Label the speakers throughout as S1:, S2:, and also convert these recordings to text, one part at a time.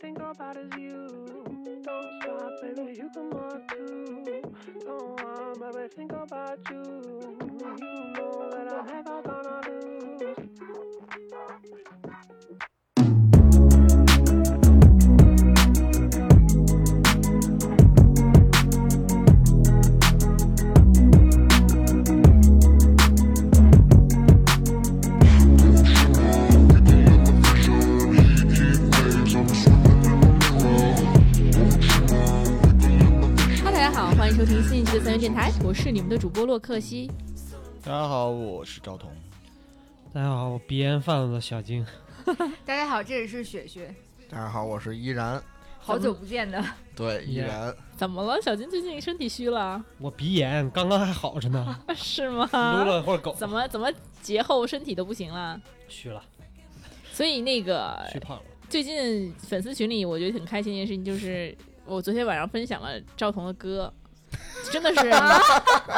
S1: think about is you. Don't stop, baby, you can walk too. Go on, baby, think about you. You know that I'm never gonna lose.
S2: Hello，大家好，欢迎收听新一期的三元电台，我是你们的主播洛克西。
S3: 大家好，我是赵彤。
S4: 大家好，我鼻炎犯了的小金，
S5: 大家好，这里是雪雪，
S3: 大家好，我是依然。
S5: 好久不见的，
S3: 对，依
S4: Yeah
S3: 然。
S2: 怎么了？小金最近身体虚了，
S4: 我鼻炎刚刚还好着呢，
S2: 是吗？
S4: 撸了会儿狗，
S2: 啊怎么怎么节后身体都不行了？
S4: 虚了，
S2: 所以那个
S4: 虚胖了。
S2: 最近粉丝群里，我觉得很开心的一件事情就是，我昨天晚上分享了赵彤的歌，真的是，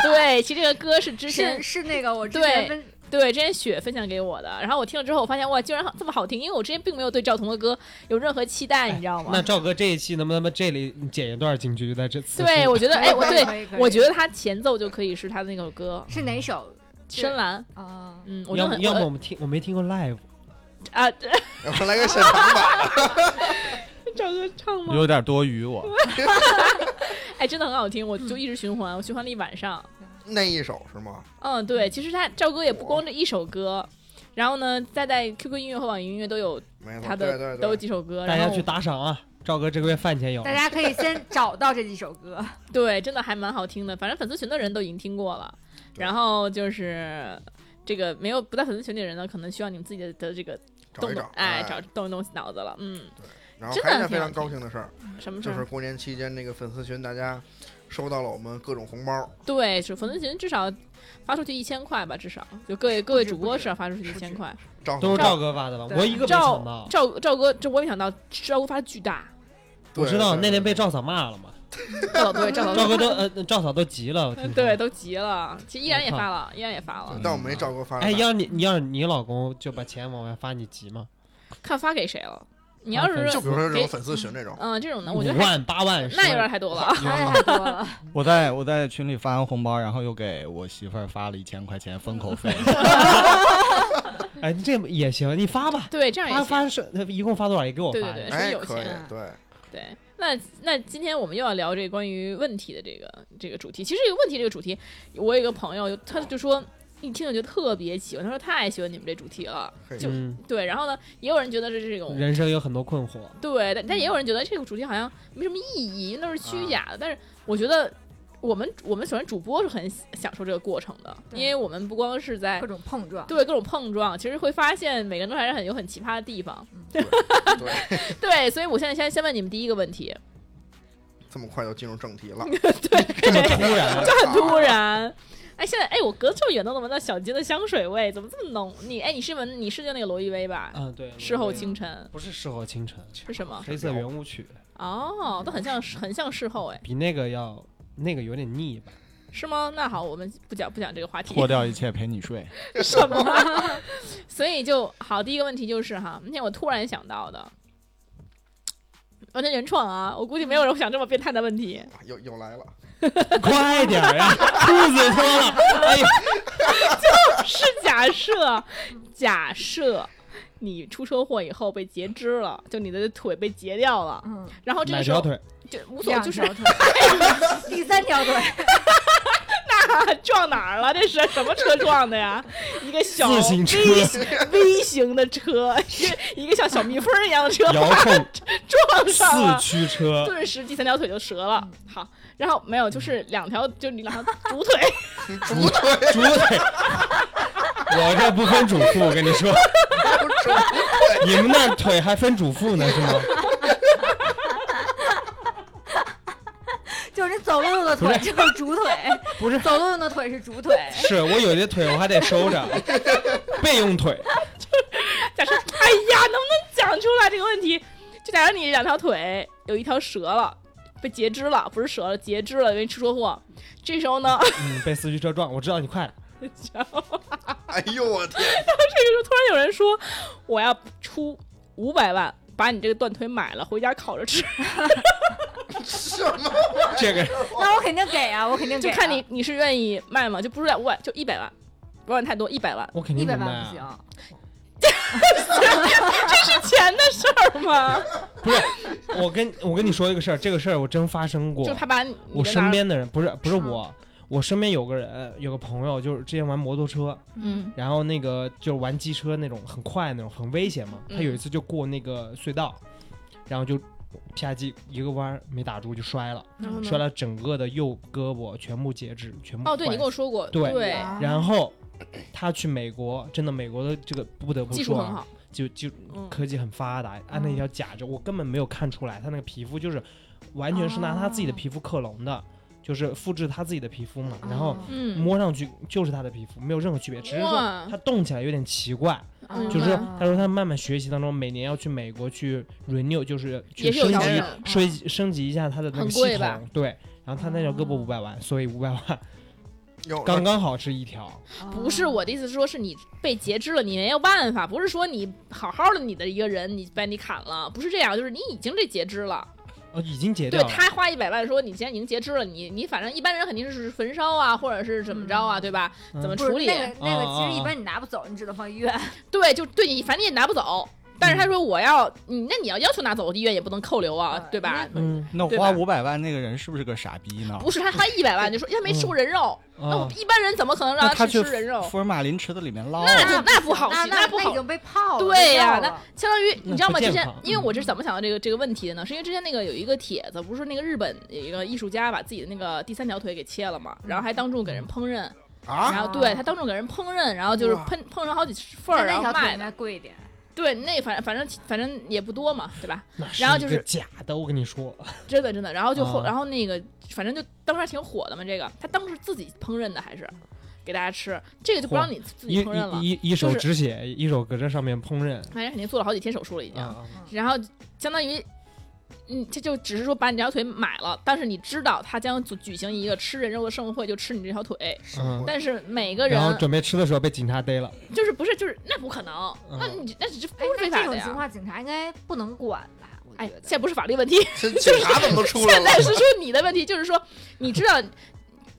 S2: 对，其实这个歌是之前
S5: 是 是那个我之
S2: 对
S5: 前分
S2: 对，之前雪分享给我的，然后我听了之后，我发现哇，竟然好这么好听，因为我之前并没有对赵彤的歌有任何期待，你知道吗？
S4: 那赵哥这一期能不能把这里嗯剪一段进去，就在这次？
S2: 对，我觉得，哎，我
S5: 可以
S2: 对
S5: 可以可，以
S2: 我觉得他前奏就可以是他的那首歌
S5: 是哪首
S2: 《深蓝》，
S5: 啊？
S2: 嗯，我就
S4: 要么
S2: 很
S4: 要么
S2: 我
S4: 我们听，我没听过 live，
S2: 啊，
S3: 我们来个现场版。
S2: 赵哥唱吗？
S6: 有点多余我。
S2: 哎，真的很好听，
S5: 嗯
S2: 我就一直循环，我循环了一晚上。
S3: 那一首是吗？
S2: 嗯，对，其实他赵哥也不光这一首歌，然后呢，再在 QQ 音乐和网易云音乐都有
S3: 没错，
S2: 他的
S3: 哦对
S2: 都有
S3: 对对。
S2: 几首歌，
S4: 大
S2: 然
S4: 家
S2: 后
S4: 去打赏啊！赵哥这个月饭钱有了
S5: 大，家可以先找到这几首 歌，
S2: 对，真的还蛮好听的。反正粉丝群的人都已经听过了，
S3: 对
S2: 然后就是这个没有不在粉丝群里的人呢，可能需要你们自己的的这个
S3: 找
S2: 动
S3: 一
S2: 动
S3: 找，，
S2: 哎，找动一动脑子了。嗯，
S3: 然后
S2: 真的
S3: 还有
S2: 挺
S3: 一件非
S2: 好
S3: 常高兴的事儿，
S2: 什么事
S3: 就
S2: 儿？
S3: 是过年期间那个粉丝群，大家收到了我们各种红包，
S2: 对，是粉丝群至少发出去一千块吧，至少就各位各位主播至少发出去一千块。
S3: 赵
S4: 都是
S3: 赵
S4: 赵哥发的吧？
S5: 对
S4: 我一个没
S2: 赵
S4: 抢到，
S2: 赵赵哥，这我没想到，赵哥发巨大，
S3: 对
S4: 我知道
S3: 对
S4: 那天被
S3: 对
S4: 赵嫂骂了嘛，
S2: 赵老对赵老
S4: 赵哥都呃赵嫂都急了，我听说
S2: 嗯对，。都急了。其实依然也
S4: 我靠
S2: 发了，依然也发了
S4: 嗯，
S3: 但我没赵哥发的。
S4: 哎，要是你你要是你老公就把钱往外发，你急吗？
S2: 看发给谁了。你要是
S4: 啊
S3: 就比如说这
S2: 给
S3: 种粉丝群这种，
S2: 嗯这种的，我
S4: 五
S2: 觉得还
S4: 万八万，十
S2: 那有点
S4: 万
S2: 太多 了。
S5: 太多了。
S6: 我在我在群里发完红包，然后又给我媳妇儿发了一千块钱封口费。
S4: 哎，这也行，你发吧，
S2: 对，这样也
S4: 发
S2: 行。
S4: 发是呃一共发多少？也给我发
S2: 对
S4: 一
S2: 对对
S4: 个。
S2: 说
S3: 哎，
S2: 有
S3: 可以
S2: 钱，啊
S3: 对，
S2: 对，那那今天我们又要聊这关于问题的这个这个主题。其实这个问题这个主题，我有一个朋友，他就说一听就觉得特别喜欢，他说太喜欢你们这主题了。
S3: 嘿
S2: 就
S4: 嗯，
S2: 对，然后呢，也有人觉得是这种
S4: 人生嗯有很多困惑，
S2: 对，但但也有人觉得这个主题好像没什么意义，因为都是
S4: 啊
S2: 虚假的。但是我觉得。我们我们首先主播是很享受这个过程的，
S5: 对
S2: 因为我们不光是在
S5: 各种碰撞，
S2: 对各种碰撞，其实会发现每个人都还是很有很奇葩的地方。
S3: 对，
S2: 对，所以我现在先先问你们第一个问题，
S3: 这么快就进入正题 了，
S4: 这么突然，
S2: 就很突然。哎，现在哎，我隔这么远都能闻到小金的香水味，怎么这么浓？你哎，你是闻你是叫那个罗意威吧？
S4: 嗯，对，
S2: 事后清晨
S4: 不是事后清晨，
S2: 是什么？
S4: 黑色圆舞曲
S2: 哦，都很像很像事后哎，
S4: 比那个要那个有点腻吧？
S2: 是吗？那好，我们不讲不讲这个话题。
S6: 脱掉一切陪你睡。
S2: 什么？ 所以就好，第一个问题就是哈，那天我突然想到的，完全原创啊，我估计没有人会想这么变态的问 题。
S3: 又又来了，
S4: 快点儿呀，裤子脱了， 哎呀，
S2: 是假设，假设你出车祸以后被截肢了，就你的腿被截掉了，
S5: 嗯，
S2: 然后这
S4: 哪
S2: 个时
S4: 条
S2: 候
S4: 腿？
S2: 就无所谓，
S5: 两
S2: 就是
S5: 条腿， 第三条腿，
S2: 撞哪儿了？这 是什么车撞的呀？一个小
S4: 自行车
S2: V 型 V 型的车， 一个像小蜜蜂一样的车
S4: 遥控
S2: 撞上
S4: 四
S2: 了。
S4: 驱车，
S2: 顿时第三条腿就折了。好，然后没有，就是两条，就是你两条主 腿，
S3: 主腿
S4: 猪 腿。我这不分主妇，我跟你说，你们那腿还分主妇呢是吗？
S5: 就是你走路用的腿就是主腿，不是走路用的腿是主腿，
S4: 是我有些腿我还得 收着，备用腿。
S2: 假设，哎呀，能不能讲出来这个问题？就假设你两条腿有一条折了，被截肢了，不是折了，截肢了，因为出车祸。这时候呢，
S4: 嗯，被四驱车撞，我知道你快点。
S2: 然后
S3: 哎呦我天，
S2: 这个时候突然有人说，我要出五百万把你这个断腿买了，回家烤着吃，
S3: 什么？
S4: 这个
S5: 那我肯定给啊，我肯定给
S2: 就
S5: 啊、
S2: 看你你是愿意卖吗？就不是两万，就一百万，不万太多，一百 万
S4: 我肯
S5: 一
S4: 定
S5: 百
S4: 不卖
S5: 万不
S4: 啊。
S5: 行，
S2: 是钱的事儿吗？
S4: 不是， 我跟我跟你说一个事儿，这个事儿我真发生过。
S2: 就他把你
S4: 我
S2: 的
S4: 身
S2: 拿
S4: 边的人不是不是
S5: 嗯
S4: 我，我身边有个人有个朋友，就是之前玩摩托车，
S2: 嗯
S4: 然后那个就是玩机车那种很快那种很危险嘛。
S2: 嗯
S4: 他有一次就过那个隧道，然后就啪叽一个弯儿没打住就摔了，
S2: 然后呢
S4: 摔了整个的右胳膊全部截肢，全部
S2: 哦，对
S4: 坏
S2: 你跟我说过，
S4: 对
S2: 对，
S5: 啊
S4: 然后他去美国，真的美国的这个不得不
S2: 技术
S4: 说
S2: 很
S4: 啊，
S2: 好，
S4: 就就
S2: 嗯
S4: 科技很发达，按那条假肢，我根本没有看出来，他那个皮肤就是完全是拿他
S2: 哦
S4: 自己的皮肤克隆的，就是复制他自己的皮肤嘛，然后
S2: 嗯，
S4: 摸上去就是他的皮肤，没有任何区别，只是说
S2: 哇
S4: 它动起来有点奇怪，
S2: 嗯
S4: 就是说
S5: 啊
S4: 他说他慢慢学习当中，每年要去美国去 renew，就是去
S2: 也是有
S4: 升
S2: 条
S4: 级
S2: 件嗯
S4: 升级升级一下他的那
S2: 很
S4: 个
S2: 贵
S4: 系
S2: 吧
S4: 统，对。然后他那条胳膊五百万，所以五百万
S3: 有
S4: 刚刚好是一条。
S5: 嗯
S2: 不是我的意思是说，是你被截肢了，你没有办法，不是说你好好的你的一个人，你把你砍了，不是这样，就是你已经这截肢了。
S4: 哦，已经截掉
S2: 对
S4: 了。
S2: 他花一百万说你既然已经截肢了，你你反正一般人肯定是焚烧啊，或者是怎么着啊，对吧？
S4: 嗯
S2: 怎么
S5: 不是
S2: 处理？哦
S5: 那个那
S4: 啊
S5: 个，
S4: 啊
S5: 其实
S4: 啊
S5: 一般你拿不走，你只能放医院。
S2: 对，就对你，反正也拿不走。但是
S6: 嗯
S2: 他说我要你，那你要要求拿走，我医院也不能扣留啊，对吧？
S4: 嗯
S6: 那
S2: 对
S6: 花
S2: 吧
S6: 五百万那个人是不是个傻逼呢？
S2: 不是他花一百万就说他没吃过人肉，那我
S4: 啊，
S2: 一般人怎么可能让
S6: 哦那他
S2: 去
S6: 去
S2: 吃人肉？
S6: 福尔马林池子里面捞啊，
S2: 那就
S5: 那
S2: 不好
S5: 那
S2: 吃那
S5: 那
S2: 不
S5: 那
S2: 好
S5: 已经被泡了。
S2: 对呀
S5: 被尿了
S2: 相当于你知道吗？
S4: 那不
S2: 之
S4: 健
S2: 前
S4: 康
S2: 因为我
S6: 嗯
S2: 是怎么想到这个这个问题的呢？是因为之前那个有一个帖子，不是说那个日本有一个艺术家把自己的那个第三条腿给切了
S6: 嗯
S2: 嘛，然后还当众给人烹饪，
S3: 啊，
S2: 然后对他当众给人烹饪，然后就是
S3: 哇
S2: 烹烹成好几份
S5: 但
S2: 儿，
S5: 那
S2: 然后
S5: 条腿
S2: 卖
S5: 应
S2: 的。
S5: 该贵一点。
S2: 对，那反反正反正也不多嘛，对吧？
S4: 那
S2: 然后
S4: 一
S2: 就
S4: 个
S2: 是
S4: 假的，我跟你说，
S2: 真的真的，然后就
S6: 嗯
S2: 后、
S4: 啊
S2: 然后那个反正就当时还挺火的嘛，这个他当时自己烹饪的还是给大家吃，这个就不
S4: 嚯
S2: 让你自
S4: 一
S2: 己烹饪了
S4: 一，一一手
S2: 就是
S4: 止血，一手搁这上面烹饪
S2: 反哎正肯定做了哎好几天手术了已经。
S4: 啊，
S2: 然后相当于，嗯，他就只是说把你这条腿买了，但是你知道他将举举行一个吃人肉的盛会，就吃你这条腿。
S4: 嗯，
S2: 但是每个
S4: 然后
S2: 人
S4: 准备吃的时候被警察逮了，
S2: 就是不是就是那不可能，
S4: 嗯
S2: 那你那这
S5: 哎
S2: 不，是非
S5: 那
S2: 法
S5: 这
S2: 的
S5: 种情
S2: 呀。
S5: 况警察应该不能管吧？我
S2: 哎
S5: 觉，得
S2: 现在不是法律问题，
S3: 这警察怎么都出来
S2: 现
S3: 了
S2: 在？是说你的问题，就是说你知道，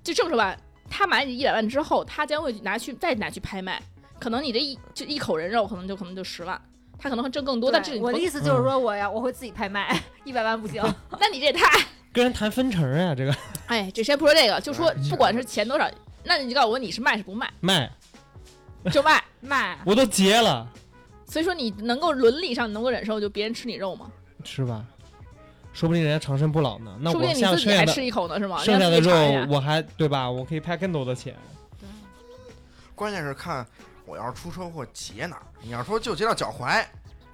S2: 就这么说吧，他买你一百万之后，他将会拿去再拿去拍卖，可能你这一就一口人肉，可能就可能就十万。他可能会挣更多，但这个
S5: 对
S2: 你
S5: 我的
S2: 不
S5: 意思
S4: 嗯
S5: 就是说，我要我会自己拍卖，一百万不 行。
S2: 那你这也太
S4: 跟人谈分成啊，这个
S2: 哎，这先不说这个，就
S4: 哎
S2: 说
S3: 对
S2: 不管是钱多少，那你就告诉我你是卖是不卖，
S4: 卖
S2: 就卖。
S5: 卖
S4: 我都结了，
S2: 所以说你能够伦理上你能够忍受，就别人吃你肉吗？
S4: 是吧？说不定人家长生不老呢，那
S2: 说不
S4: 我
S2: 定你
S4: 像
S2: 自己
S4: 剩下
S2: 还
S4: 的
S2: 吃一口呢，是吗？
S4: 剩下的
S2: 人家自己尝一下
S4: 肉我还对吧？我可以拍更多的钱，
S3: 关键是看我要是出车祸截哪儿？你要说就截到脚踝，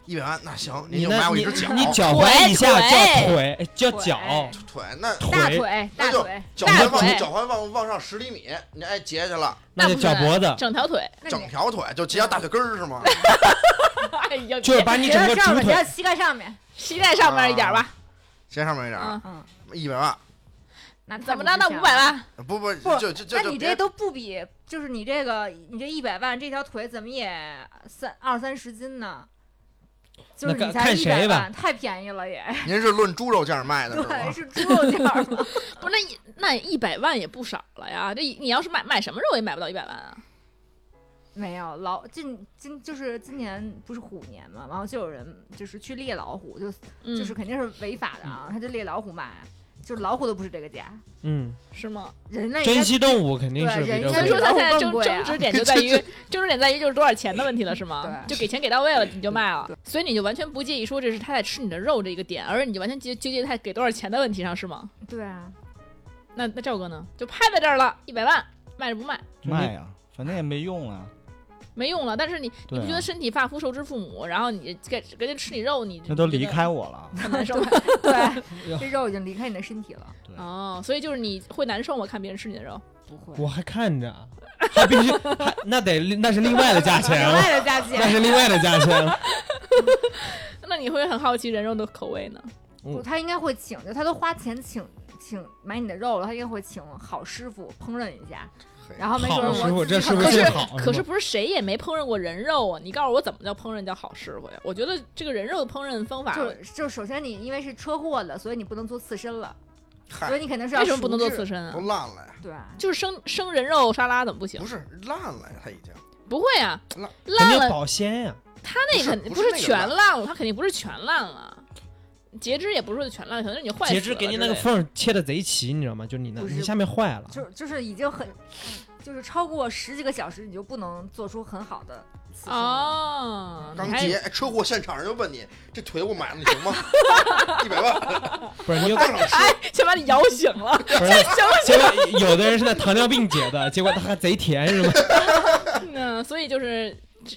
S3: 一百万那行，您就
S4: 那
S3: 买我一
S4: 你
S3: 只脚。
S4: 你脚踝以下
S2: 腿
S4: 叫腿，哎叫
S5: 腿
S4: 脚
S3: 腿那
S4: 腿，
S5: 大
S4: 哎
S5: 腿，
S3: 那
S5: 大
S3: 就
S5: 腿，
S3: 脚
S2: 大
S3: 踝往
S2: 腿
S3: 脚踝往往上十厘米，你哎截去了，
S4: 那
S2: 那
S4: 就
S2: 不
S4: 脚
S2: 算
S4: 脖子，
S2: 整条 腿，
S5: 那
S3: 整
S5: 你
S3: 条腿就截到大腿根儿是 吗？
S2: 哎呀，
S4: 就是把你
S5: 截
S4: 整
S5: 到
S4: 个
S5: 上
S4: 主
S5: 面，截
S4: 腿
S5: 到膝盖上面。
S2: 膝盖上面一点
S4: 啊
S2: 吧，
S3: 截上面一点儿，
S5: 嗯，
S3: 一百万，
S5: 那太
S2: 怎么
S5: 不
S2: 着？那
S5: 吉
S2: 五
S5: 祥
S2: 百
S5: 了？
S2: 万，
S3: 不啊不
S5: 不
S3: 就就就
S5: 那
S3: 就
S5: 你
S3: 别
S5: 这都不比，就是你这个你这一百万，这条腿怎么也三二三十斤呢？就是
S4: 那看
S5: 你才
S4: 看
S5: 一
S4: 谁
S5: 百
S4: 吧
S5: 万，太便宜 了也。
S3: 您是论猪肉价卖的是
S5: 对，
S3: 吗？
S5: 是猪肉价儿吗？
S2: 不是那一那一百万也不少了呀。这你要是买买什么肉也买不到一百万啊。
S5: 没有老今今就是今年不是虎年嘛，然后就有人就是去猎老虎，就
S2: 嗯，
S5: 就是肯定是违法的啊，他就猎老虎卖，就是老虎都不是这个价，
S4: 嗯，
S2: 是吗？
S5: 人类
S4: 珍
S5: 应
S4: 稀动物肯定
S5: 对
S4: 是比
S5: 人
S4: 较
S5: 家
S2: 所以
S4: 贵
S2: 说
S4: 的。
S2: 咱现在
S5: 更
S2: 争
S5: 贵啊
S2: 争执点就在于争执点在于就是多少钱的问题了，是吗？
S5: 对
S2: 就给钱给到位了你就卖了
S5: 对，
S2: 所以你就完全不介意说这是他在吃你的肉这个点，而你就完全纠纠结他给多少钱的问题上，是吗？
S5: 该对啊，
S2: 那那赵哥呢？就拍在这儿了，一百万卖是不卖
S6: 卖呀，反正也没用啊。
S2: 没用了，但是你你
S6: 对
S2: 不觉得
S6: 啊，
S2: 身体发肤受之父母，然后你给给人家吃你肉，你
S6: 那都
S2: 觉得
S6: 离开我了。
S2: 很难受
S5: 对，啊这肉已经离开你的身体了，
S2: 哦，所以就是你会难受吗？看别人吃你的肉，
S5: 不会，
S4: 我还看着，啊还必须，还那得那是另外的价钱
S5: 另
S4: 了，
S5: 外的价
S4: 那
S5: 钱，
S4: 是另外的价钱了。
S2: 那你会很好奇人肉的口味呢？
S5: 不他应该会请，就他都花钱请请买你的肉了，他应该会请好师傅烹饪一下，
S3: 嘿，
S5: 然后没准
S4: 好
S5: 儿
S4: 师傅，
S5: 我
S4: 这师
S5: 自己可
S4: 傅
S2: 可
S4: 最
S2: 是
S4: 好。
S2: 可是不是谁也没烹饪过人肉啊？你告诉我怎么叫烹饪叫好师傅呀？我觉得这个人肉的烹饪方法，
S5: 就就首先你因为是车祸了，所以你不能做刺身了，所
S3: 嗨，
S5: 以你肯定是要
S2: 为什么不能做
S5: 熟制
S2: 刺身
S3: 都
S2: 啊？
S3: 烂了呀，
S5: 对啊，
S2: 就是生生人肉沙拉怎么不行
S3: 不？是烂了呀，它已经
S2: 不会啊
S3: 烂，
S4: 肯
S2: 烂
S4: 定
S2: 了
S4: 保鲜呀，
S2: 他那肯
S3: 不
S2: 不
S3: 是不是那个
S2: 全
S3: 烂
S2: 烂了，他肯定不是全烂了。截肢也不是说全烂，可能是你坏死了
S4: 截肢给你那
S2: 之
S4: 个
S2: 类的
S4: 缝儿切的贼齐，你知道吗？就你那
S5: 不是
S4: 你下面坏了，
S5: 就就是已经很，就是超过十几个小时，你就不能做出很好的刺身了。
S2: 哦，
S5: 嗯
S2: 你
S3: 刚
S2: 还
S3: 结车祸现场人就问你这腿我买了你行吗？ 一百 万，
S4: 不是你有
S3: 当场吃，
S2: 先把你摇醒 了，
S4: 不是，结果有的人是那糖尿病解的，结果他还贼甜是吗？
S2: 嗯，所以就是这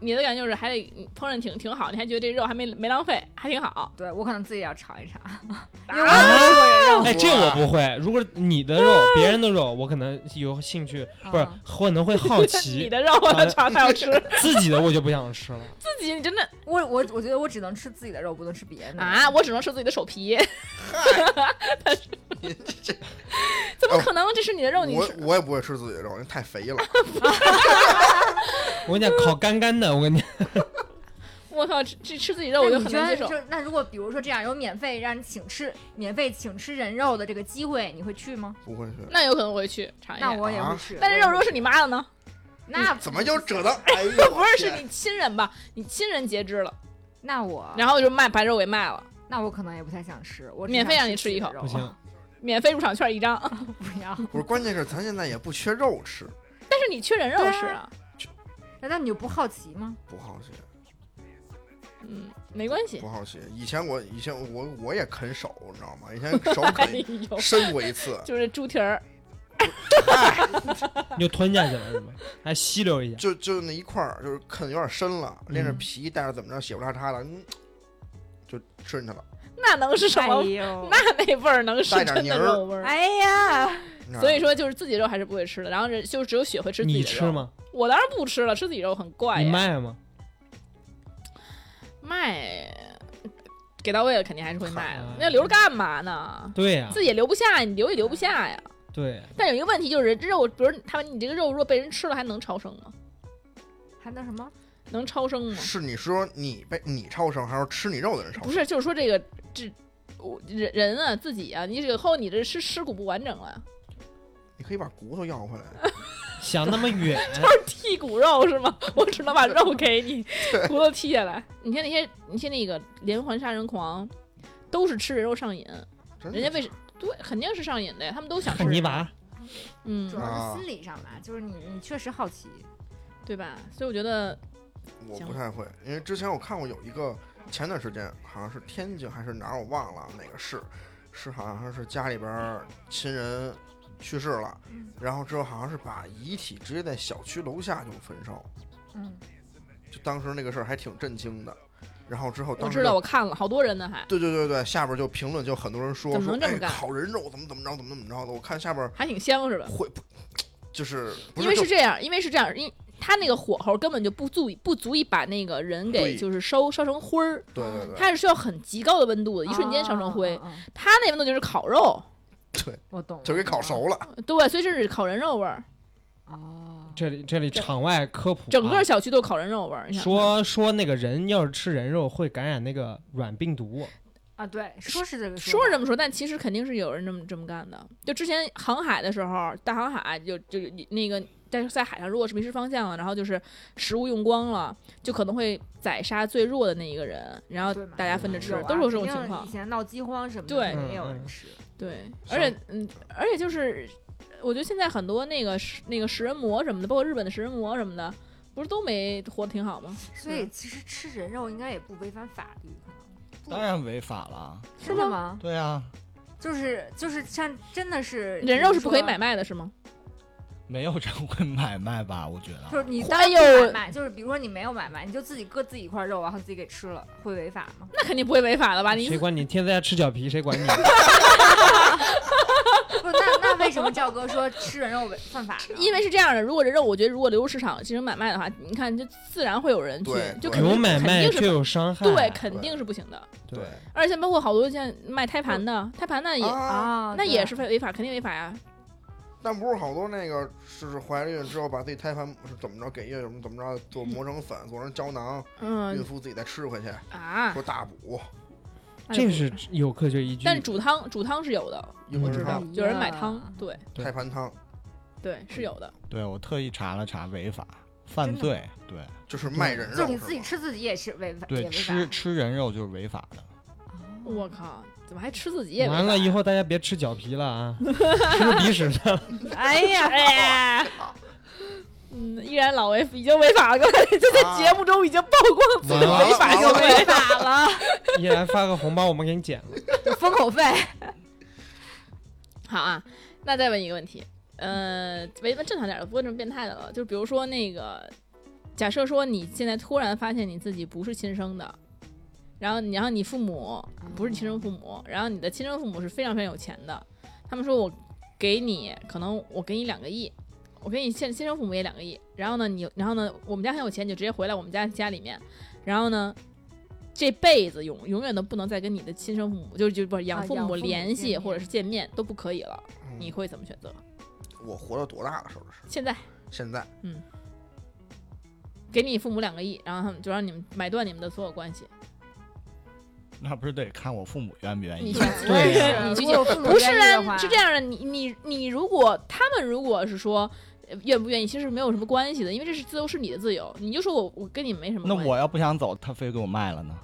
S2: 你的感觉就是还得烹饪挺挺好，你还觉得这肉还没没浪费，还挺好。
S5: 对我可能自己要尝一尝，因为我
S2: 啊
S5: 没吃过人肉。
S4: 哎，这我不会。如果你的肉、别人的肉，我可能有兴趣，不是
S5: 啊，
S4: 可能会 好
S2: 你
S4: 奇。
S2: 的肉啊我要尝，他要吃
S4: 自己的我就不想吃了。
S2: 自己，你真的
S5: 我我我觉得我只能吃自己的肉，不能吃别人的
S2: 啊！我只能吃自己的手皮，
S3: 你这这
S2: 怎么可能？这是你的肉，你
S3: 我
S2: 吃
S3: 我也不会吃自己的肉，因为太肥了。
S4: 我跟你讲，烤干干的，我跟你
S2: 我靠，这这吃自己
S5: 那
S2: 肉我就
S5: 你
S2: 很
S5: 觉
S2: 难接
S5: 得
S2: 受。
S5: 就那如果比如说这样有免费让你请吃免费请吃人肉的这个机会，你会去吗？
S3: 不会去，
S2: 那有可能我会去尝一
S5: 那
S2: 下。
S5: 我也
S3: 啊
S5: 会去。
S2: 哎但是肉如果是你妈的呢？
S5: 那
S3: 怎么就 折腾？哎呦，
S2: 不是，是
S3: 天啊
S2: 你亲人吧？你亲人截肢了，
S5: 那我
S2: 然后就卖把肉给卖了，
S5: 那我可能也不太想吃，我只
S2: 免费
S5: 想
S2: 让你
S5: 吃
S2: 吃
S5: 自己
S2: 一
S5: 的
S2: 口
S5: 肉
S4: 不行，
S2: 免费入场券一张。
S5: 不要。
S3: 不是，关键是咱现在也不缺肉吃，
S2: 但是你缺人肉
S5: 对啊
S2: 是啊，
S5: 难道你就不好奇吗？
S3: 不好学。
S2: 嗯，没关系。
S3: 不好写。以前我以前我我也啃手，你知道吗？以 前手
S2: 哎
S3: 啃
S2: 呦，，
S3: 伸过一次
S2: 就是猪蹄儿，
S4: 你就吞下去了是吗？还吸溜一下。
S3: 就就那一块儿，就是啃有点深了，连着
S4: 嗯
S3: 皮带着怎么着血不拉叉的，嗯，就吃进去了。
S2: 那能是什么？
S5: 哎呦
S2: 那那味儿能是
S3: 带点
S2: 真
S3: 泥
S2: 的
S3: 儿
S2: 肉味儿？
S5: 哎呀，
S3: 你知道吗
S2: 所以说，就是自己肉还是不会吃的，然后人就只有雪会吃自己
S4: 你
S2: 的肉。
S4: 吃？吗？
S2: 我当然不吃了，吃自己肉很怪
S4: 你
S2: 呀。
S4: 卖吗？
S2: 卖给到位了，肯定还是会卖的
S4: 好啊。啊
S2: 那留着干嘛呢？
S4: 对呀，
S2: 自己也留不下，你留也留不下呀。
S4: 对，
S2: 但有一个问题就是，肉，比如他们，你这个肉如果被人吃了，还能超生吗？
S5: 还能什么？
S2: 嗯能超生吗？
S3: 是你说你被你超生，还是吃你肉的人超
S2: 不
S3: 生？
S2: 是，就是说这个这我人人啊，自己啊，你以后你这尸尸骨不完整了，
S3: 你可以把骨头要回来。
S4: 想那么远，
S2: 剔骨肉是吗？我只能把肉给你， 骨头剔下来。你看那些，你看那个连环杀人狂，都是吃人肉上瘾，
S3: 真的
S2: 人家为什对，肯定是上瘾的呀，他们都想吃
S4: 肯尼
S2: 人肉
S4: 拔，
S2: 嗯
S5: 主，
S3: 啊
S5: 要是心理上吧，就是你你确实好奇，
S2: 对吧？所以我觉得
S3: 我
S2: 行
S3: 不太会，因为之前我看过有一个，前段时间好像是天津还是哪儿，我忘了哪个市，是好像是家里边儿亲人去世了，
S2: 嗯
S3: 然后之后好像是把遗体直接在小区楼下就焚烧，
S5: 嗯，
S3: 就当时那个事儿还挺震惊的。然后之后
S2: 我
S3: 当时
S2: 知道，
S3: 就
S2: 我看了好多人呢，还
S3: 对对对对，下边就评论就很多人说
S2: 怎么
S3: 说
S2: 能这么
S3: 哎
S2: 干
S3: 烤人肉怎么怎么着怎么怎么着的，我看下边
S2: 还挺香是吧？
S3: 会不就是不
S2: 因
S3: 是
S2: 为
S3: 就是
S2: 这样，因为是这样，因他那个火候根本就不足以不足以把那个人给
S3: 对
S2: 就是烧烧成灰儿，
S3: 对对对
S2: 它是需要很极高的温度的，一瞬间烧成灰。
S5: 啊啊啊
S2: 它那温度就是烤肉，
S5: 我懂了，
S3: 就给烤熟了，
S2: 对，所以这是烤人肉味儿，
S5: 哦，
S4: 这里这里场外科普啊，
S2: 整个小区都是烤人肉味儿。你想
S4: 说说那个人要是吃人肉会感染那个软病毒，
S5: 啊，对，说是这个
S2: 说
S5: 法
S2: 是这么说，但其实肯定是有人这么这么干的。就之前航海的时候，大航海就就那个在在海上，如果是迷失方向了，然后就是食物用光了，就可能会宰杀最弱的那一个人，然后
S5: 对嘛
S2: 大家分着吃
S5: 有啊，
S2: 都是有这种
S5: 肯定
S2: 情况
S5: 以。前闹饥荒什么的，
S2: 对
S5: 肯定也有
S4: 嗯
S5: 人
S4: 嗯
S5: 吃。
S2: 对，
S3: 像
S2: 而且嗯，而且就是，我觉得现在很多那个食那个食人魔什么的，包括日本的食人魔什么的，不是都没活得挺好吗？
S5: 所以其实吃人肉应该也不违反法律，可能
S6: 当然违法了。
S5: 真的吗？
S6: 对啊，
S5: 就是就是像真的是
S2: 人肉是不可以买
S5: 卖，
S2: 卖的，是吗？
S6: 没有人会买卖吧？我觉
S5: 就
S6: 得
S5: 是你
S2: 哎
S5: 当然
S2: 呦
S5: 不买卖，就是比如说你没有买卖，你就自己割自己一块肉，然后自己给吃了，会违法吗？
S2: 那肯定不会违法的吧？
S4: 谁
S2: 你
S4: 管你天天在家吃脚皮，谁 管你？
S5: 不，那那为什么赵哥说吃人肉违犯法呢？
S2: 因为是这样的，如果人肉，我觉得如果流入市场进行买卖的话，你看就自然会有人去
S3: 对，
S2: 就
S3: 对
S2: 肯
S4: 有
S2: 定
S4: 买卖
S2: 肯定
S4: 却
S2: 是
S4: 有伤害，
S2: 对，肯定是不行的。
S4: 对
S2: 而且包嗯括好多像卖胎盘的，胎盘的也
S3: 啊，
S5: 啊，
S2: 那
S5: 对
S2: 也是违违法，肯定违法呀。
S3: 但不是好多那个是怀了孕之后把自己胎盘是怎么着给月什么怎么着做磨成粉，做成胶囊，孕
S2: 嗯
S3: 妇自己再吃回去，
S2: 啊，
S3: 说大补。
S2: 那就
S4: 这
S2: 不
S4: 是有科学依据。
S2: 但煮汤煮汤是有的，
S3: 因为
S4: 我嗯知道
S3: 汤
S2: 有人买汤，对
S4: 对
S3: 胎盘汤
S2: 对是有的，
S6: 对我特意查了查，违法犯
S5: 真的
S6: 罪，对
S3: 就是卖人
S5: 就
S3: 肉，
S5: 你自己
S3: 是吧
S5: 吃自己也是违法，也
S6: 对，
S5: 违法
S6: 吃吃人肉就是违法的。
S3: 嗯
S2: 我靠，怎么还吃自己也
S4: 完了以后大家别吃脚皮 了啊，吃鼻屎的。
S5: 哎呀，
S2: 哎呀，嗯，依然老违已经违法了，刚才就在
S3: 啊
S2: 节目中已经曝光自己的违法行
S3: 完了完
S2: 为
S3: 了
S5: 违法了，
S4: 一人发个红包，我们给你剪了。
S5: 封口费。
S2: 好啊，那再问一个问题，呃，问问正常点儿的，不问这么变态的了。就比如说那个，假设说你现在突然发现你自己不是亲生的，然后你然后你父母不是你亲生父母，然后你的亲生父母是非常非常有钱的，他们说我给你，可能我给你两个亿。我给你亲亲生父母也两个亿，然后呢，你然后呢，我们家很有钱，你就直接回来我们家家里面，然后呢，这辈子永永远都不能再跟你的亲生父母，就是就不是
S5: 啊
S2: 养父
S5: 养
S2: 母
S5: 父母
S2: 联系
S5: 见
S2: 或者
S5: 面
S2: 是见面都不可以了。
S3: 嗯
S2: 你会怎么选择？
S3: 我活到多大了？是不是？
S2: 现在
S3: 现在
S2: 给你父母两个亿，然后他们就让你们买断你们的所有关系，
S6: 那不是得看我父母愿不愿
S2: 你
S6: 意
S2: 去
S6: 吗？
S5: 对
S2: 是
S5: 呀
S2: 你去
S5: 如果父母
S2: 不是
S5: 愿意的
S2: 啊，
S5: 话
S2: 是这样的，你你你如果他们如果是说呃愿不愿意，其实没有什么关系的，因为这是自由是你的自由，你就说我我跟你没什么
S6: 那
S2: 关系。
S6: 我要不想走，他非给我卖了呢？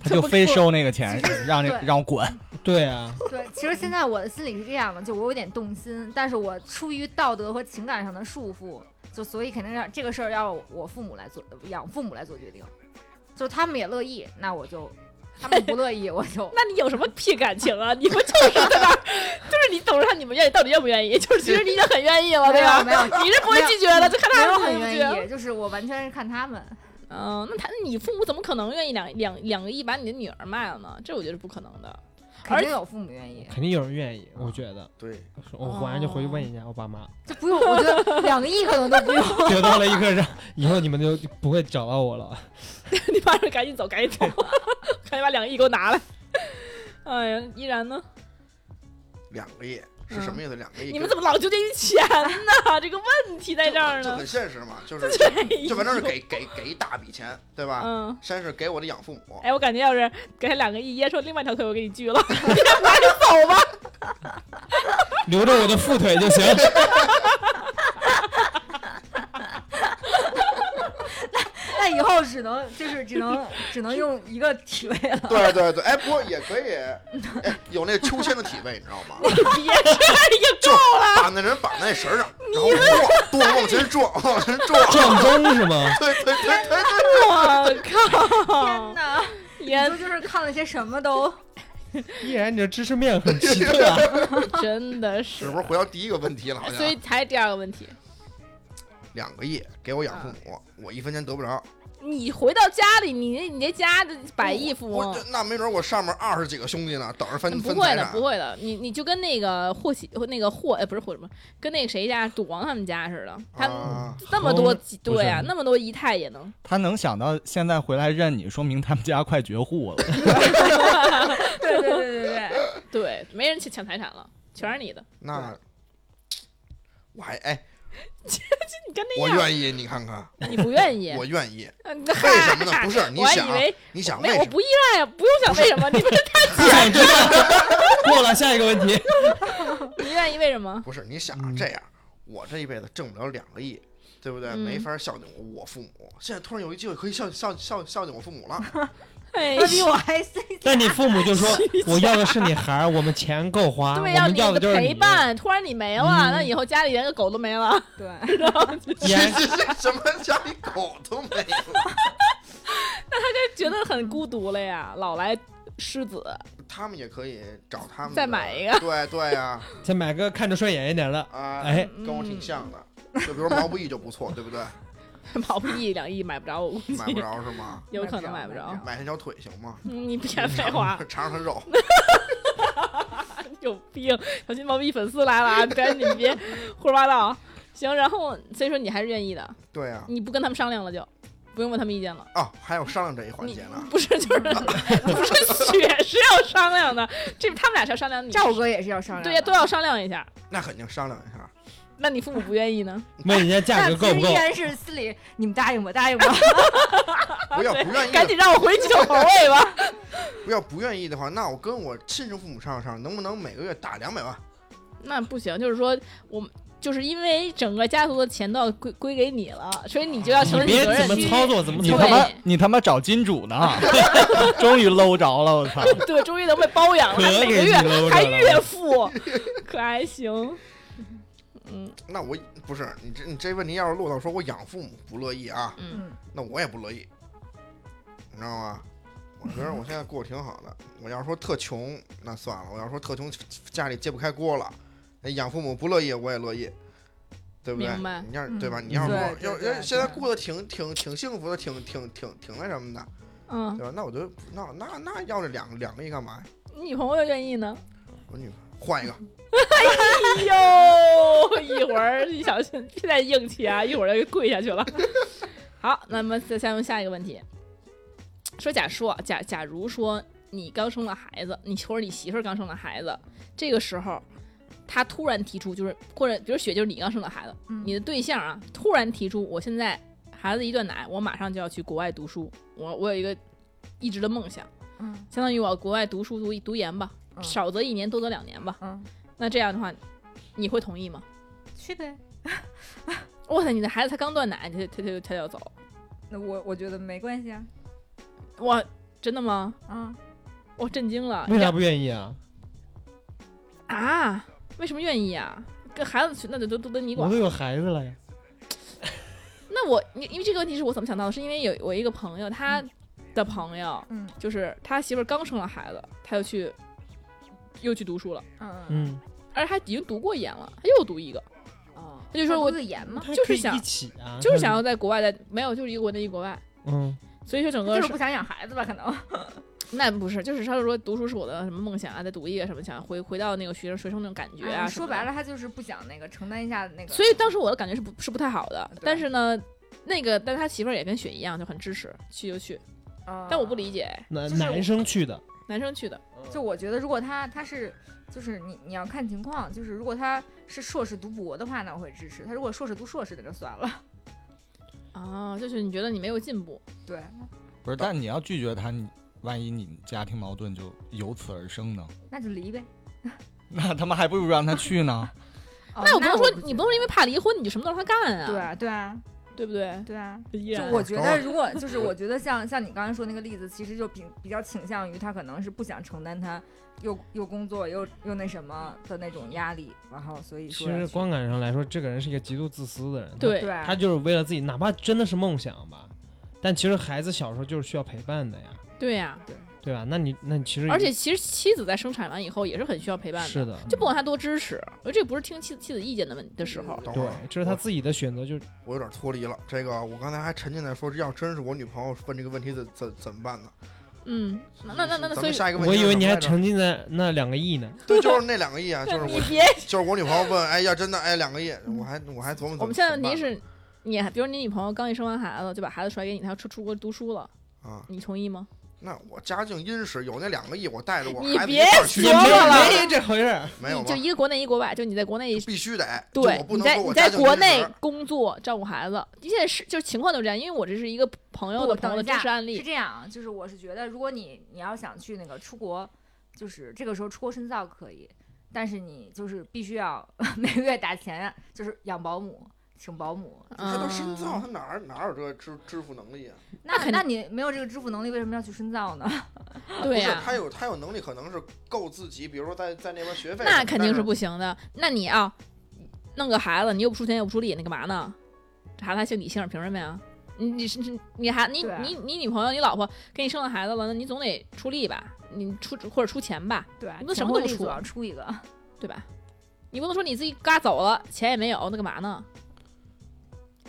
S6: 他
S2: 这
S6: 就
S2: 不
S6: 非
S2: 错
S6: 收那个钱，让你
S5: 对
S6: 让我滚。
S4: 对啊，
S5: 对，其实现在我的心里是这样的，就我有点动心，但是我出于道德和情感上的束缚，就所以肯定让这个事儿要我父母来做，养父母来做决定，就是他们也乐意，那我就；他们不乐意，我 就
S2: 那你有什么屁感情啊？ 你们就是在那儿， 就是你等着看你们愿意，到底愿不愿意？就是其实你已经很愿意了，
S5: 没
S2: 对
S5: 有
S2: 吧？
S5: 没有，
S2: 你是不会拒绝的，就看
S5: 没
S2: 他
S5: 有
S2: 们
S5: 很
S2: 拒不拒绝。
S5: 愿意，就是我完全是看他们。
S2: 嗯，那他你父母怎么可能愿意两两两个亿把你的女儿卖了呢？这我觉得是不可能的。
S5: 肯定有父母愿意，
S4: 肯定有人愿意，我觉得。
S3: 对，
S4: 我晚上就回去问一下我爸 妈，
S5: 就不用，我觉 得两个亿可能都不用。
S4: 得到了一个让以后你们就不会找到我了。
S2: 你爸说赶紧走，赶紧走，赶紧把两个亿给我拿来。哎呀，依然呢？
S3: 两个亿是什么意思？两个亿
S2: 嗯你们怎么老纠结于钱呢？这个问题在这儿
S3: 就
S2: 呢
S3: 很。现实嘛，就是
S2: 对
S3: 就反正是给给给一大笔钱，对吧？
S2: 嗯，
S3: 先是给我的养父母，
S2: 哎，我感觉要是给他两个亿，爷说另外一条腿我给你锯了，你赶紧走吧。
S4: 留着我的副腿就行。
S5: 那以后只能就是只能只能用一个体位了。
S3: 对对对，哎，不过也可以，哎，有那秋千的体位，你知道吗？
S2: 别这样，
S3: 就把那人绑在绳上，然后往多往前撞，往前 撞，
S4: 撞钟是吗？
S3: 对对对对，
S2: 我靠
S5: 天！哪，你
S2: 也
S5: 说就是看了些什么都。
S4: 依然你的知识面很奇特啊。
S2: 真的是
S3: 是不。是回到第一个问题了？好
S2: 所以
S3: 像
S2: 才第二个问题，
S3: 两个亿给我养父母，我一分钱得不着，
S2: 你回到家里，你那你那家的百亿富翁嗯
S3: 我，这那没准我上面二十几个兄弟呢，等着分
S2: 不
S3: 分
S2: 会
S3: 财
S2: 的，不
S3: 产。啊
S2: 会的，你你就跟那个霍启那个霍哎不是霍什么，跟那个谁家赌王他们家似的，他们
S3: 啊，
S2: 那么多
S4: 哦
S2: 几
S4: 不是
S2: 对啊，那么多姨太也能，
S6: 他能想到现在回来认你，说明他们家快绝户 了。
S5: 对对对对对，
S2: 对，没人去抢财产了，全是你的，
S3: 那我还哎，
S2: 你跟那
S3: 我
S2: 样，
S3: 愿意，你看看，
S2: 你不愿意，
S3: 我愿意。
S2: 嗯
S3: 为什么呢？不是，你
S2: 哎我还
S3: 想啊
S2: 以，为
S3: 你想为
S2: 没，我
S3: 什么？
S2: 不依赖啊，不用想为什么，你 不是
S4: 不想知道。过了下一个问题。
S2: 你愿意为什么？
S3: 不是，你想
S4: 嗯
S3: 啊这样，我这一辈子挣不了两个亿，对不对？
S2: 嗯
S3: 没法孝敬我我父母。现在突然有一机会可以孝孝孝孝敬我父 母了，
S2: 哎
S5: 他比我还心
S4: 但你父母就 说：“我要的是你孩儿，我们钱够花，我
S2: 对
S4: 们
S2: 呀，你
S4: 要的
S2: 的
S4: 就是你
S2: 陪。伴，突然你没了，
S4: 嗯
S2: 那以后家里连个狗都没了，
S5: 对，
S4: 依然
S3: 什么家里狗都没有，
S2: 觉得很孤独了呀，老来失子，
S3: 他们也可以找他们
S2: 再
S3: 的
S2: 买一个。
S3: 对对呀，
S4: 再买个看着顺眼一点的。
S3: 啊，
S4: 哎，
S3: 跟我挺像的。就比如毛不易就不错，对不对？
S2: 毛不易两亿买不着，我估计
S3: 买不着是吗？
S2: 有可能买不
S5: 买
S2: 着
S5: 不。
S3: 买那条腿行吗？
S2: 嗯你别废
S4: 啊
S2: 话，
S3: 尝尝它 肉，
S2: 有病！小心毛不易粉丝来了啊，赶紧别胡说八道。啊行，然后所以说你还是愿意的，
S3: 对呀。
S2: 你不跟他们商量了就，不用问他们意见了。
S3: 哦，还有商量这一环
S2: 你
S3: 节呢。
S2: 不是就是 不是血是要商量的，这他们俩是要商量你。
S5: 赵哥也是要商量的，
S2: 对呀、都要商量一下。
S3: 那肯定商量一下。
S2: 那你父母不愿意呢？
S4: 问人家价
S5: 但
S4: 格够不
S5: 其实
S4: 够
S5: 依？然是司理，你们答应吧，答应吧。
S3: 我要不愿意
S2: 赶紧
S3: 的，
S2: 让我回九头喂吧。
S3: 我要不愿意的话，那我跟我亲生父母商量商量，能不能每个月打两百万？
S2: 那不行，就是说我们就是因为整个家族的钱都要归归给你了，所以你就要承
S4: 你
S2: 担
S4: 别
S2: 责
S4: 怎
S2: 任
S4: 么
S2: 去。
S4: 操作怎么
S6: 你
S4: 操
S2: 对
S6: 他
S4: 作，
S6: 妈你他妈找金主呢， 终于搂着了，我操！
S2: 对，终于能被包养了，
S4: 可
S2: 还每
S4: 给
S2: 个
S4: 你
S2: 月
S4: 搂着
S2: 还岳
S4: 了。
S2: 父，可还行。嗯
S3: 那我不是你这你这问题要是落到说我养父母不乐意啊，
S2: 嗯，
S5: 嗯，
S3: 那我也不乐意，你知道吗？我觉得我现在过得挺好的。我要说特穷，那算了；我要说特穷，家里揭不开锅了，那养父母不乐意，我也乐意，对不对？
S2: 明白
S3: 你要
S5: 嗯
S3: 对吧？你要是
S5: 对
S3: 说
S5: 对
S3: 要
S5: 对
S3: 要现在
S5: 对
S3: 过得挺挺挺幸福的，挺挺挺挺那什么的，
S2: 嗯
S3: 对，吧？那我就那那那要这两两个亿干嘛呀？
S2: 你女朋友愿意呢？
S3: 我女换一个，
S2: 哎呦，一会儿你小心，别再硬气啊，一会儿就跪下 去了。好，那么再下面下一个问题，说假说啊假假如说你刚生了孩子，你或者你媳妇儿刚生了孩子，这个时候她突然提出，就是或者比如雪就是你刚生了孩子，
S5: 嗯
S2: 你的对象啊突然提出，我现在孩子一断奶，我马上就要去国外读书，我我有一个一直的梦想，
S5: 嗯
S2: 相当于我要国外读书读读研吧，
S5: 嗯
S2: 少则一年，多则两年吧。
S5: 嗯，
S2: 那这样的话，你会同意吗？
S5: 去呗。
S2: 哇塞，你的孩子才刚断奶，他他就他就要走，
S5: 那我我觉得没关系啊。
S2: 哇，真的吗？
S5: 嗯，
S2: 我震惊了，
S4: 为啥不愿意啊？
S2: 啊？为什么愿意啊？跟孩子去，那就都都得你
S4: 我
S2: 管
S4: 都。有孩子了呀，
S2: 那我，你因为这个问题是我怎么想到的？是因为有我一个朋友，他的朋友，
S5: 嗯，
S2: 就是他媳妇儿刚生了孩子，他就去又去读书了，
S5: 嗯嗯
S4: 嗯，
S2: 而且他已经读过研了，他又读一个，
S5: 哦，
S2: 他就说我
S5: 的严嘛，
S4: 他
S2: 就是
S4: 可以
S2: 想
S4: 一起啊，
S2: 就是想
S4: 他
S2: 要在国外的，没有，就是一个国内一个国外，
S4: 嗯，
S2: 所以说整个
S5: 就是
S2: 是
S5: 不想养孩子吧，可能。
S2: 那不是，就是他就说读书是我的什么梦想啊，再读一个什么想回回到那个学生学生那种感觉啊、
S5: 哎说白
S2: 了。
S5: 了，他就是不想那个承担一下那个。
S2: 所以当时我的感觉是不是不太好的
S5: 对，
S2: 但是呢，那个但是他媳妇儿也跟雪一样就很支持，去就去，
S5: 嗯，
S2: 但我不理解，
S4: 男
S5: 就是
S4: 男生去的，
S2: 男生去的，
S5: 哦就我觉得，如果他他是就是你你要看情况，就是如果他是硕士读博的话，那我会支持他；如果硕士读硕士的就算 了。
S2: 啊，就是你觉得你没有进步，
S5: 对，
S6: 不是，但你要拒绝他，你万一你家庭矛盾就由此而生呢？
S5: 那就离呗。
S6: 那他妈还不如让他 去呢。
S5: 哦
S2: 啊那我不能说
S5: 觉
S2: 你
S5: 得
S2: 不能因为怕离婚你就什么都让他干啊，
S5: 对啊对啊
S2: 对不对？
S5: 对啊。
S2: 依
S5: 就
S2: 然
S5: 我觉
S3: 等会
S4: 哦
S5: 得，
S3: 儿
S5: 如果就是我觉得像像你刚才说那个例子，其实就比比较倾向于他可能是不想承担他又又工作又又那什么的那种压力，然后所以
S4: 其
S5: 说
S4: 实观感上来说，这个人是一个极度自私的人，他
S2: 对
S5: 对
S4: 他就是为了自己，哪怕真的是梦想吧，但其实孩子小时候就是需要陪伴的呀，
S2: 对呀、
S4: 对吧？那你那你其实
S2: 而且其实妻子在生产完以后也是很需要陪伴
S4: 是
S2: 的。
S4: 的，
S2: 就不管他多支持，而这不是听妻妻子意见的问的时候，
S3: 等会
S4: 对
S3: 儿，
S4: 这是他自己的选择，就是
S3: 我有点脱离了。这个我刚才还沉浸在说，要真是我女朋友问这个问题怎怎怎么办呢？
S2: 嗯，那那那那那，
S3: 咱
S2: 所
S3: 们
S2: 以
S3: 下一个问
S4: 我
S3: 题
S4: 以
S3: 是
S4: 为
S3: 什么
S4: 你还
S3: 来着
S4: 沉浸在那两个亿呢，
S3: 对，就是那两个亿啊，就是
S2: 你
S3: 我
S2: 别，
S3: 就是我女朋友问，哎，要真的哎两个亿，我还我还琢磨琢磨。
S2: 我们现在问
S3: 怎么办
S2: 题是，你比如你女朋友刚一生完孩子就把孩子甩给你，她要出出国读书了，
S3: 啊，
S2: 你同意吗？
S3: 那我家境殷实，有那两个亿，我带着我
S2: 你
S3: 孩子一
S2: 别
S3: 块儿去，
S2: 琢磨了
S4: 没这回事儿，
S3: 没有
S2: 你就
S3: 吧？
S2: 一个国内一个国外，就你在国内
S3: 必须得，就
S2: 对
S3: 我不
S2: 你
S3: 能
S2: 在
S3: 说
S2: 你
S3: 我
S2: 在
S3: 家境殷
S2: 国
S3: 实
S2: 内工作照顾孩子，现在是就是情况就是这样，因为我这是一个朋友
S5: 不
S2: 的朋友
S5: 等
S2: 的
S5: 一
S2: 真
S5: 下
S2: 实案
S5: 是
S2: 例，
S5: 这样啊，就是我是觉得，如果你你要想去那个出国，就是这个时候出国深造可以，但是你就是必须要 每个月打钱，啊就是养保姆，请保姆。
S3: 他都深造，
S2: 嗯
S3: 他哪儿哪有这支支付能力啊？
S5: 那
S2: 肯定
S5: 那你没有这个支付能力，为什么要去深造呢？
S2: 嗯对啊
S3: 不是
S2: 呀、
S3: 他有他有能力，可能是够自己，比如说在在那边学费什么的，
S2: 那肯定是
S3: 但
S2: 不行的。那你啊，弄个孩子，你又不出钱又不出力，你干嘛呢？这孩子还姓李姓，凭什么呀？你你是你你还你
S5: 对啊
S2: 你你女朋友你老婆给你生了孩子了，那你总得出力吧？你出或者出钱吧，
S5: 对啊，
S2: 你不能什
S5: 钱
S2: 么
S5: 获
S2: 都
S5: 利
S2: 出
S5: 总要出一个。
S2: 对吧？你不能说你自己嘎走了，钱也没有，那干嘛呢？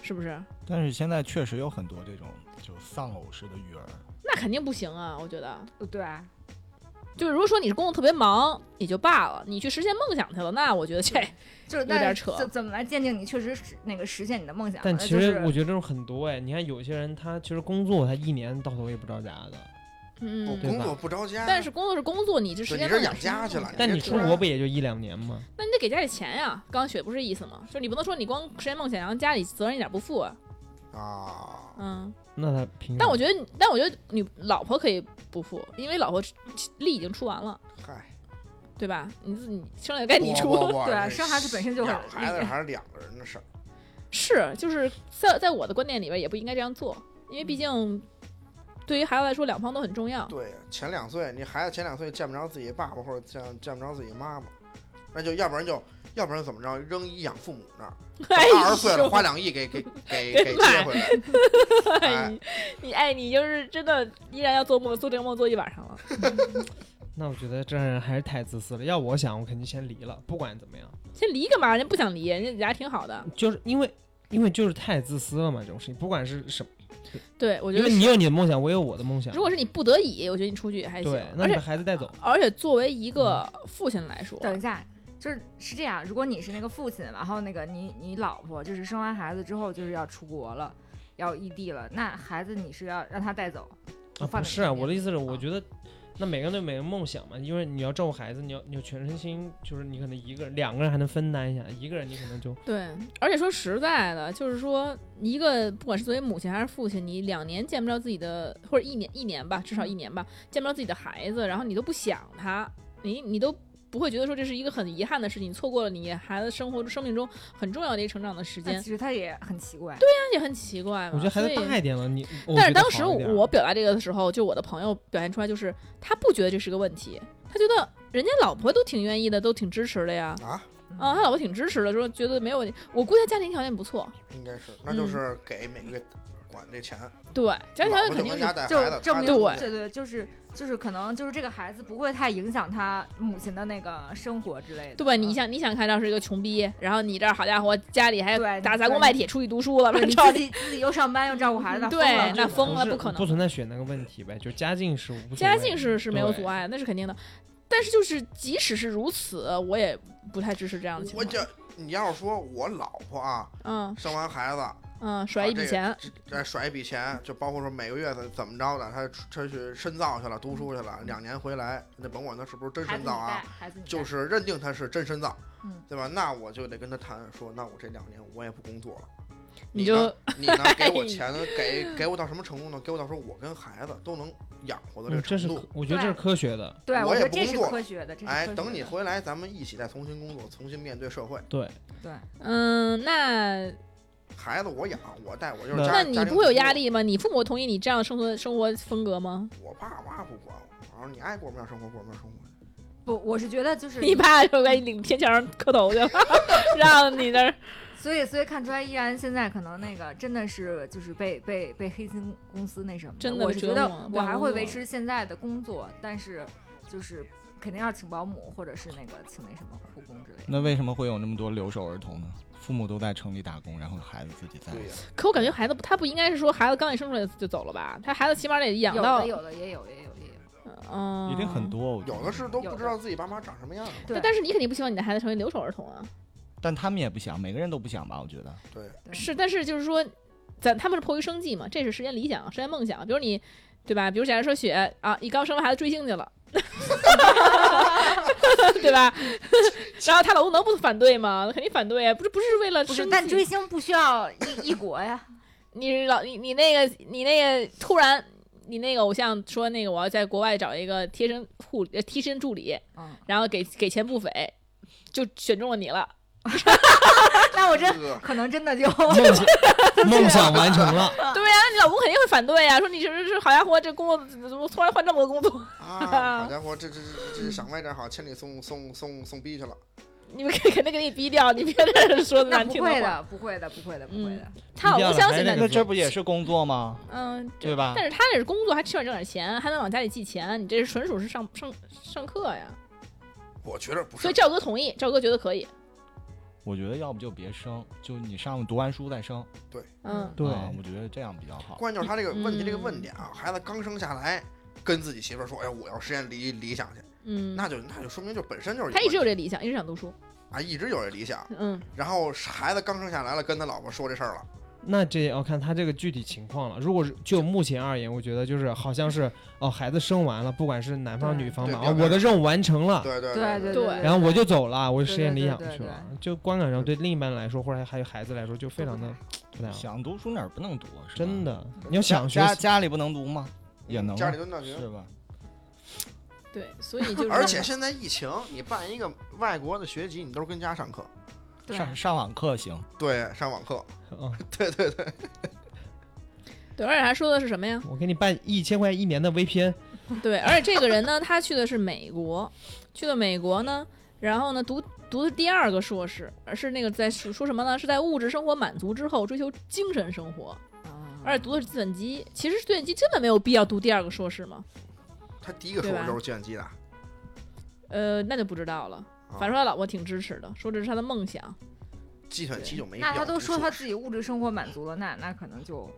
S2: 是不是？
S6: 但是现在确实有很多这种就丧偶式的育儿，
S2: 那肯定不行啊！我觉得，
S5: 呃对啊，
S2: 就是如果说你工作特别忙也就罢了，你去实现梦想去了，那我觉得这
S5: 就是
S2: 有点
S5: 那
S2: 扯
S5: 怎怎么来鉴定你确实是那个实现你的梦想呢？
S4: 但其
S5: 就
S4: 实
S5: 是
S4: 我觉得这种很多哎，你看有些人他其实工作他一年到头也不着家的，
S3: 我
S2: 嗯，
S4: 对
S3: 工
S4: 吧
S3: 作不着家，
S2: 但是工作是工作，你这时
S3: 哦
S2: 间
S3: 对你是
S2: 段
S3: 养
S2: 哪儿
S3: 家
S2: 生
S3: 去了
S2: 活，
S4: 但你
S3: 这突
S4: 出
S3: 然
S4: 国不也就一两年吗？
S2: 那你得给家里钱呀。刚学不是意思吗？就你不能说你光实现梦想，然后家里责任一点不负啊。
S3: 啊，
S2: 嗯，
S4: 那他凭什么？
S2: 但我觉得你，但我觉得女老婆可以不负，因为老婆力已经出完了，
S3: 嗨，
S2: 对吧？你自己生来该你
S3: 不
S2: 出。
S3: 不不
S5: 对啊
S3: 这
S5: 生孩子本身就很
S3: 养孩子还是两个人的事儿，
S2: 是，就是在在我的观念里边也不应该这样做，因为毕竟对于孩子来说，两方都很重要。
S5: 啊
S3: 对，前两岁你孩子前两岁见不着自己爸爸或者见见不着自己妈妈，那就要不然就要不然怎么着扔一养父母那儿，
S2: 哎呦
S3: 二十岁了花两亿给 给给给接回来，
S2: 哎你你哎，你就是真的依然要做梦，做这个梦做一晚上了。
S4: 那我觉得这人还是太自私了。要我想，我肯定先离了，不管怎么样，
S2: 先离干嘛？人家不想离，人家俩挺好的。
S4: 就是因为因为就是太自私了嘛，这种事情，不管是什么，
S2: 对，我觉
S4: 因
S2: 得
S4: 为你
S2: 是
S4: 有你的梦想，我有我的梦想。
S2: 如果是你不得已，我觉得你出去也还行
S4: 对，。那
S2: 而
S4: 你
S2: 且
S4: 把孩子带走，
S2: 而且作为一个父亲来说，
S5: 等一下，就是是这样，如果你是那个父亲，然后那个你你老婆就是生完孩子之后就是要出国了，要异地了，那孩子你是要让他带走？
S4: 啊
S5: 放
S4: 不
S5: 在
S4: 是啊，
S5: 旁边哦
S4: 我的意思是，我觉得那每个人都有每个梦想嘛，因为你要照顾孩子，你要你要全身心，就是你可能一个人、两个人还能分担一下，一个人你可能就
S2: 对，而且说实在的，就是说一个不管是作为母亲还是父亲，你两年见不着自己的，或者一年一年吧，至少一年吧，见不着自己的孩子，然后你都不想他，你你都不会觉得说这是一个很遗憾的事情，你错过了你孩子生活生命中很重要的一个成长的时
S5: 那
S2: 间，
S5: 其实他也很奇怪。
S2: 那也很奇怪嘛。
S4: 我觉得孩子
S2: 所以
S4: 大一点了，你我
S2: 但是
S4: 觉得
S2: 当时
S4: 好一点
S2: 我表达这个的时候，就我的朋友表现出来，就是他不觉得这是个问题，他觉得人家老婆都挺愿意的，都挺支持的呀。
S3: 啊，
S2: 啊，他老婆挺支持的，说觉得没有问题。我估计他家庭条件不错，
S3: 应该是，那
S5: 嗯
S3: 就是给每个月管这钱，
S2: 对，家庭条
S3: 老
S2: 件肯
S3: 婆就
S2: 定
S3: 回
S2: 是
S3: 家带
S5: 就
S3: 孩子，
S5: 证
S3: 他
S5: 明
S3: 就
S2: 对
S5: 对对，就是就是可能就是这个孩子不会太影响他母亲的那个生活之类的。
S2: 对吧？你
S5: 嗯
S2: 想，你想看到是一个穷逼，然后你这儿好家伙，家里还
S5: 对
S2: 打
S5: 你
S2: 砸锅
S5: 对
S2: 卖铁出去读书 了，
S5: 对你
S2: 照
S5: 自己自己又上班又照顾
S4: 嗯
S5: 孩子，
S2: 对
S5: 疯了
S2: 那
S5: 这种
S2: 疯了
S4: 不
S2: 不
S4: 是
S2: 可能
S4: 不存在选那个问题呗，就家境是无所谓
S2: 家境是是没有阻
S4: 对
S2: 碍，那是肯定的。但是就是即使是如此，我也不太支持这样的情
S3: 我
S2: 况。
S3: 这你要是说我老婆啊，
S2: 嗯
S3: 生完孩子
S2: 嗯，甩一笔钱，
S3: 再甩一笔钱，就包括说每个月怎怎么着的，他他去深造去了，读书去了，两年回来，那甭管他是不是真
S5: 孩
S3: 深
S5: 子
S3: 造
S5: 你带
S3: 啊，，
S5: 孩子你带
S3: 就是认定他是真深造
S5: 嗯，
S3: 对吧？那我就得跟他谈说，那我这两年我也不工作了。
S2: 你
S3: 呢
S2: 就
S3: 你呢？给我钱，给给我到什么程度呢？给我到时候我跟孩子都能养活的这
S4: 嗯这
S3: 个
S4: 是
S3: 程
S4: 科
S3: 度。
S4: 我觉得这是科 学的，
S5: 对，
S3: 我
S5: 觉
S3: 也
S5: 得
S3: 不
S5: 这
S3: 工
S5: 是
S3: 作
S5: 科学的，这是
S3: 哎，
S5: 科
S3: 等
S5: 学
S3: 你
S5: 的
S3: 回来，咱们一起再重新工作，重新面对社会。
S4: 对，
S5: 对，
S2: 嗯，那
S3: 孩子我养，我带，我就是
S4: 那
S3: 家。
S2: 那
S3: 家
S2: 你
S3: 庭
S2: 不会有
S3: 主妇
S2: 压？力吗？你父母同意你这样的生活生活风格吗？
S3: 我爸妈不管我，我说你爱过什么样生活过什么样生活。
S5: 不，我是觉得就是
S2: 你爸就给你领天桥上磕头去了， 让你那儿
S5: 所以，所以看出来，依然现在可能那个真的是就是被被被黑心公司那什么的。
S2: 真的
S5: 我是觉
S2: 折
S5: 得
S2: 磨
S5: 我还会
S2: 被
S5: 维
S2: 折
S5: 持现在的工作，但是就是肯定要请保姆或者是那个请那什么护工之类的。
S6: 那为什么会有那么多留守儿童呢？父母都在城里打工，然后孩子自己在。
S3: 对呀，
S2: 可我感觉孩子不他不应该是说孩子刚一生出来就走了吧？他孩子起码得养
S5: 有
S2: 到
S5: 的，有的也有，也有也有。
S2: 嗯，
S6: 一定很。多，我觉得
S3: 有的是都不知道自己爸妈长什么样的嘛。
S5: 对
S2: 但是你肯定不希望你的孩子成为留守儿童啊。
S6: 但他们也不想，每个人都不想吧？我觉得，
S5: 对
S2: 是，但是就是说，咱他们是迫于生计嘛，这是实现理想、实现梦想。比如你，对吧？比如假如说雪啊，你刚生完孩子追星去了。 对吧？ 然后她老公能不反对吗？肯定反对啊！不是不是为了
S5: 不
S2: 生
S5: 是，
S2: 计
S5: 但追星不需要异异国呀。
S2: 你老你你那个你那个突然你那个偶像说那个我要在国外找一个贴身护呃贴身助理，
S5: 嗯，
S2: 然后给给钱不菲，就选中了你了。
S5: 那我真
S3: 这
S5: 可能 真的就
S4: 梦想
S2: 啊
S4: 梦想完成了，
S2: 对啊呀、你老公肯定会反对呀、啊说你这这这好家伙，这工作怎么突然换这么个工作？
S3: 啊，好家伙，这这这这这想歪点好，千里送送送送逼去了。
S2: 你们肯肯定给你逼掉，你别在这说
S5: 那
S2: 难
S5: 不
S2: 听
S5: 会
S2: 话。
S5: 的，不会的，不会的，不会的。
S2: 她老公相信
S4: 逼掉了还是那啊
S2: 的，
S4: 个
S6: 那这不也是工作吗？
S2: 嗯，
S6: 对吧
S2: 但？是她也是工作，还起码挣点钱，还能往家里寄钱，你这是纯属是上 上上课呀。
S3: 我觉得不是
S2: 所以，赵哥 同意，赵哥觉得可以。
S6: 我觉得要不就别生，就你上读完书再生。
S2: 嗯，
S4: 对，
S6: 啊我觉得这样比较好。
S3: 关键就是他这个问题这个问
S2: 嗯
S3: 点啊，孩子刚生下来，跟自己媳妇儿说，哎，我要实现理理想去，
S2: 嗯，
S3: 那就那就说明就本身就是
S2: 他一直有
S3: 问
S2: 这理想，一直想读书。
S3: 啊，一直有这理想，
S2: 嗯，
S3: 然后孩子刚生下来了，跟他老婆说这事儿了，
S4: 那这也要看他这个具体情况了。如果是就目前而言，我觉得就是好像是哦，孩子生完了，不管是男方
S5: 对
S4: 女方
S3: 对
S4: 嘛，
S3: 两
S4: 啊
S3: 个人
S4: 我的任务完成了，
S3: 对对
S5: 对对
S2: 对
S4: 然后我就走了，我就
S5: 对
S4: 实现
S5: 对
S4: 理
S5: 对
S4: 想
S5: 对
S4: 去
S5: 对
S4: 了。就观感上对另一半来说，或者还有孩子来说，就非常的不太好。
S6: 想读书哪儿不能读啊？是吧
S5: 嗯
S4: 真，的，你要想学
S6: 家家
S4: 习
S6: 家里不能读吗？也能啊
S3: 家里蹲大学。
S6: 是吧？
S2: 对，所以 就是
S3: 而且现在疫情，你办一个外国的学籍，你都是跟家上课，
S5: 对
S6: 上上网课行，
S3: 对，上网课，
S4: 嗯，
S2: 对，而且还说的是什么呀？
S4: 我给你办一千块一年的 VPN，
S2: 对，而且这个人呢，他去的是美国，去了美国呢，然后呢读读的第二个硕士，而是那个在说说什么呢？是在物质生活满足之后追求精神生活，
S5: 嗯
S2: 而且读的是计算机。其实计算机根本没有必要读第二个硕士嘛。
S3: 他第一个
S2: 对
S3: 说
S2: 吧
S3: 的就是计算机的，
S2: 呃，那就不知道了。反正他老婆挺支持的，说这是他的梦想。
S3: 计算机就没必要
S5: 那
S3: 读硕士。
S5: 他都说他自己物质生活满足了，那那可能就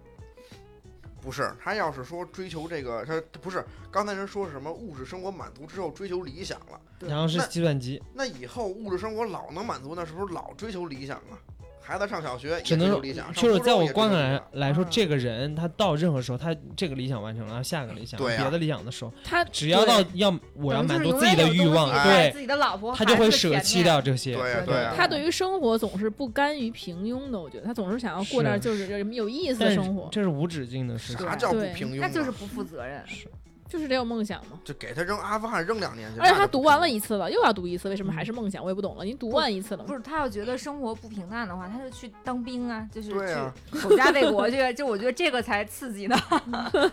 S3: 不是，他要是说追求这个，他不是刚才人说是什么物质生活满足之后追求理想了，
S5: 对
S4: 然后是
S3: 那
S4: 计算机，
S3: 那以后物质生活老能满足，那是不是老追求理想啊？孩子上小学也追
S4: 只能
S3: 求
S4: 说
S3: 理想，
S4: 嗯就是在我观
S3: 观感
S4: 感来来说，
S5: 嗯
S4: 这个人他到任何时候，他这个理想完成了，下个理想，
S3: 对啊
S4: 别的理想的时候，
S2: 他
S4: 只要到要我要
S5: 等于
S4: 满足
S5: 就是永
S4: 自己
S5: 远
S4: 的
S5: 有
S4: 欲
S5: 东
S4: 望
S5: 西，哎在
S4: 对，
S5: 自己的老婆
S4: 他就
S5: 孩
S4: 会
S5: 子
S4: 舍
S5: 前
S4: 弃
S5: 面
S4: 掉这些。
S3: 对呀啊
S5: 对
S3: 对呀，
S2: 他对于生活总是不甘于平庸的，我觉得他总是想要过点就是有什么有意思
S4: 但
S2: 的
S4: 是
S2: 生活，
S4: 这是无止境的事情。
S3: 啥叫不
S2: 对
S3: 平庸啊？
S5: 那就是不负责任。
S4: 是
S2: 就是得有梦想嘛。
S3: 就给他扔阿富汗扔 两年去。
S2: 而且
S3: 那
S2: 哎他
S3: 就不
S2: 读完
S3: 平
S2: 了
S3: 庸
S2: 一次了，又要读一次，为什么还是梦想？我也不懂了。你读完一次了
S5: 不，是他要觉得生活不平淡的话，他就去当兵啊，就是
S3: 对啊
S5: 去守家卫国去。就我觉得这个才刺 激呢，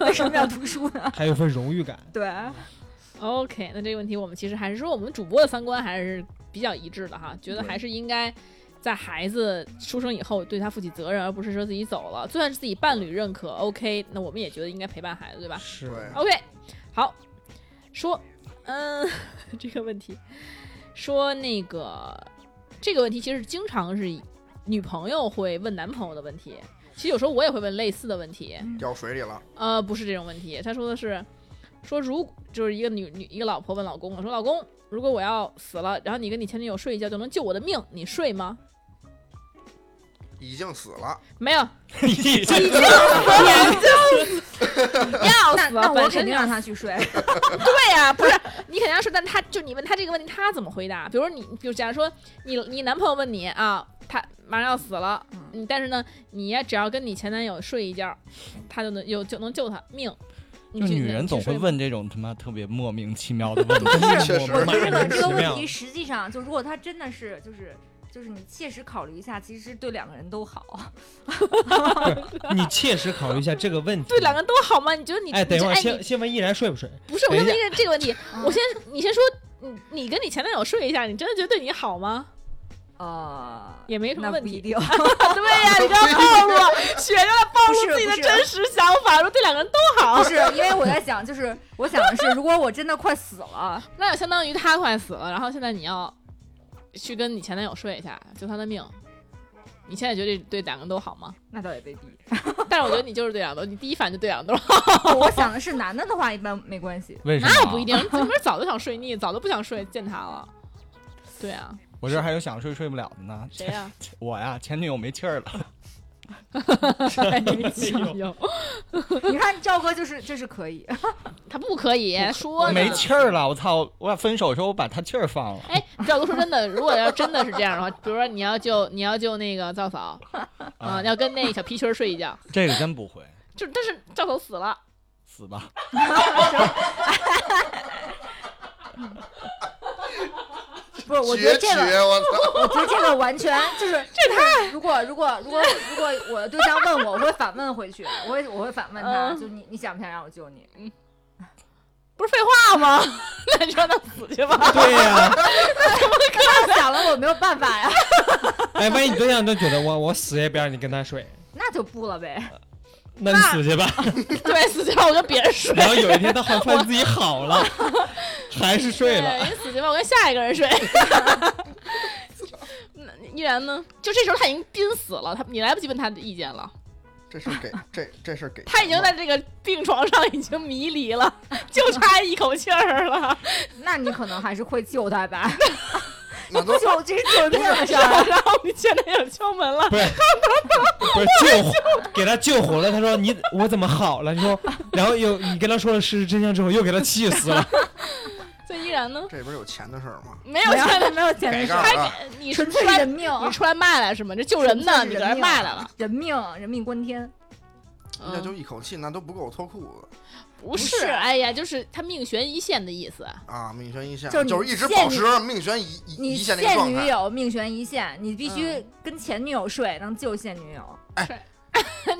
S5: 为什么要读书呢？
S4: 还有一份荣誉感。
S5: 对，啊
S2: OK，那这个问题我们其实还是说我们主播的三观还是比较一致的哈，觉得还是应该在孩子出生以后对他负起责任，而不是说自己走了。就算是自己伴侣认可，OK，那我们也觉得应该陪伴孩子，对吧
S4: 是
S3: 对
S2: ？OK，好，说，嗯， 这个问题，说那个这个问题其实经常是女朋友会问男朋友的问题，其实有时候我也会问类似的问题，
S3: 掉水里了，
S2: 呃，不是这种问题，他说的是，说如就是一个女女一个老婆问老公了，说老公，如果我要死了，然后你跟你前女友睡一觉就能救我的命，你睡吗？
S3: 已经死了，
S2: 没有，
S6: 这
S5: 要那
S2: 死
S5: 那我
S2: 本身
S5: 肯
S2: 就
S5: 定让他去 睡。
S2: 对呀、不是你肯定要说，但他就你问他这个问题，他怎么回答？比如你，比如假如说你你男朋友问你啊，他马上要死了，你但是呢，你只要跟你前男友睡一觉，他就能有就能救他命。你
S6: 就是
S2: 去
S6: 女
S2: 你
S6: 人
S2: 去
S6: 总
S2: 睡
S6: 会
S2: 吗
S6: 问这种他妈特别莫名其妙的 问题，
S3: 确实
S5: 我
S4: 妈
S5: 觉得
S4: 莫名
S5: 这个
S4: 其妙
S5: 问题实际上，就如果他真的是就是就是你切实考虑一下，其实对两个人都好。
S4: 你切实考虑一下这个问题。
S2: 对两个人都好吗？你觉得你
S4: 哎，等一会儿，
S2: 你这哎
S4: 先先问依然睡 不睡？
S2: 你不是我
S4: 等一
S2: 先
S4: 下
S2: 问这个这个问题，
S5: 嗯
S2: 我先，你先说，你你跟你前男友睡一下，你真的觉得对你好吗？
S5: 呃，
S2: 也没什么
S5: 那
S2: 问
S5: 不一
S2: 题。
S5: 定。
S2: 对呀、你刚暴露了，雪原来暴露自己的
S5: 不是不是
S2: 真实想法，说对两个人都好
S5: 不。是，因为我在想，就是我想的是，如果我真的快死了，
S2: 那相当于他快死了，然后现在你要去跟你前男友睡一下，救他的命。你现在觉得这对两个人都好吗？
S5: 那倒也未必。
S2: 但是我觉得你就是对两个都，你第一反应就对两个人都好。
S5: 我想的是，男的的话一般没关系。
S6: 为什么？啊
S2: 那不一。定，你怎么早就想睡腻，早就不想睡见他了。对啊，
S6: 我这还有想睡睡不了的呢。
S2: 谁 呀、
S6: 我呀，前女友没气儿了。
S2: 哎呦，
S5: 你看赵哥就是这是可以，
S2: 他不可以说
S6: 我
S2: 呢
S6: 没气儿了，我操！我要分手的时候，我把他气儿放了。
S2: 哎，赵哥说真的，如果要真的是这样的话，比如说你要救你要救那个赵嫂啊、要跟那小皮裙儿睡一觉，
S6: 这个真不会，
S2: 就但是赵嫂死了，
S6: 死吧！
S5: 不是？我觉
S3: 绝
S5: 得
S3: 绝
S5: 这 个，
S3: 我操！
S5: 我觉得这个完全就是这太……如果如果如果如果我的对象问我，我会反问回去，我会我会反问他，
S2: 嗯
S5: 就你你想不想让我救你？
S2: 不是废话吗？ 那你让他死去吧。
S4: 对呀、
S5: 他想了我没有办法呀，
S4: 哎，万一你对象真觉得我我死也不让你跟他睡，
S5: 那就不了呗。
S4: 那你死去吧。
S2: 对，死去吧，我跟别人睡。
S4: 然后有一天他好像发现自己好了，还是睡了。
S2: 对，死去吧，我跟下一个人 睡。那依然呢？就这时候他已经濒死了，他你来不及问他的意见了，
S3: 这事儿给这这事儿给
S2: 他已经在这个病床上已经迷离 了，就差一口气儿了。
S5: 那你可能还是会救他吧。
S3: 那都
S5: 酒这是酒店的事儿，
S2: 然后你前男友敲门了，
S4: 不是不是救活，给他救活了。他说你我怎么好了？你说，然后又你跟他说了事实真相之后，又给他气死 了。
S2: 所以依然呢？
S3: 这不是有钱的事儿吗？
S2: 没有钱的，
S5: 没有钱
S3: 改
S5: 的事
S3: 杠
S5: 儿，
S3: 了，
S2: 还你是
S5: 纯
S2: 出
S5: 粹是
S2: 来
S5: 人命，
S2: 你出来卖来是吗？这救人呢，
S5: 纯
S2: 你
S5: 粹
S2: 搁这
S5: 是人命啊
S2: 卖来了，
S5: 人命人命关天，
S3: 那就
S2: 嗯
S3: 一口气，那都不够脱裤子
S2: 不是？
S5: 啊
S2: 哎呀，就是他命悬一线的意思。
S3: 啊！命悬一线，
S5: 就是你
S3: 就是一直
S5: 现
S3: 保持命悬一一
S5: 你
S3: 一线那个
S5: 现
S3: 状
S5: 女
S3: 态。
S5: 友命悬一线，你必
S2: 嗯
S5: 须跟前女友睡，能救现女友。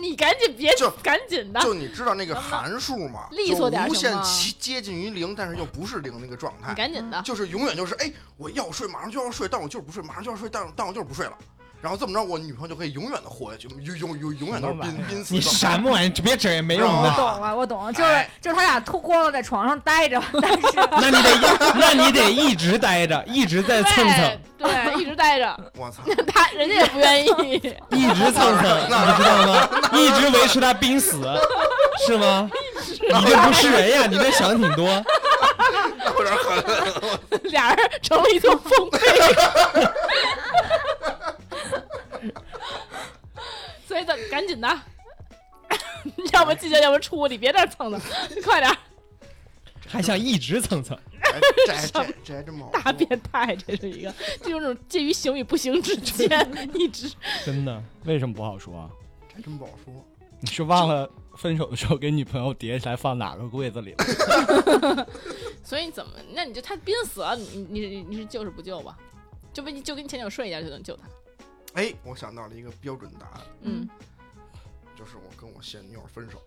S2: 你赶紧别
S3: 就，
S2: 赶紧的，
S3: 就你知道那个
S2: 能不能
S3: 函数吗？
S2: 利索点
S3: 就无
S2: 行
S3: 限
S2: 吗
S3: 其接近于零，但是又不是零那个状态
S2: 你。赶紧的。
S3: 就是永远就是哎，我要睡，马上就要睡，但我就是不睡，马上就要睡，但但我就是不睡了。然后这么着，我女朋友就可以永远的活下去，永永永永远都是
S6: 什么玩意
S3: 濒
S6: 儿啊
S3: 濒死
S4: 你
S3: 的状态。
S4: 什么玩意儿？别整也没用
S5: 我
S3: 啊
S4: 的。
S5: 懂了，我懂了，就是
S3: 哎
S5: 就是他俩脱光了在床上待 着，但是
S4: 那你得，那你得一直待着，一直在蹭蹭
S2: 对，对，一直待着，
S3: 我操！
S2: 他人家也不愿意，
S4: 一直蹭蹭，
S3: 那
S4: 你知道吗？ 一直维持他濒死，是 吗？你这不是人呀！你这想挺多。
S3: 那有点狠。
S2: 俩人成了一对 疯配。 所以咱赶紧的， 要么进去，要么出，你别在这儿蹭了，快点儿，
S4: 还想一直蹭蹭，
S3: 哎这还这这还真不好说
S2: 大变态，这是一个，这种介于行与不行之 间，一直
S4: 真的。
S6: 为什么不好说啊？
S3: 这还真不好说。
S6: 你是忘了分手的时候给女朋友叠起来放哪个柜子里了？
S2: 所以你怎么？那你就他濒死了，你你你你是救是不救吧？就被就跟前女友睡一觉就能救他。
S3: 哎，我想到了一个标准答案，
S2: 嗯，
S3: 就是我跟我现女友分手。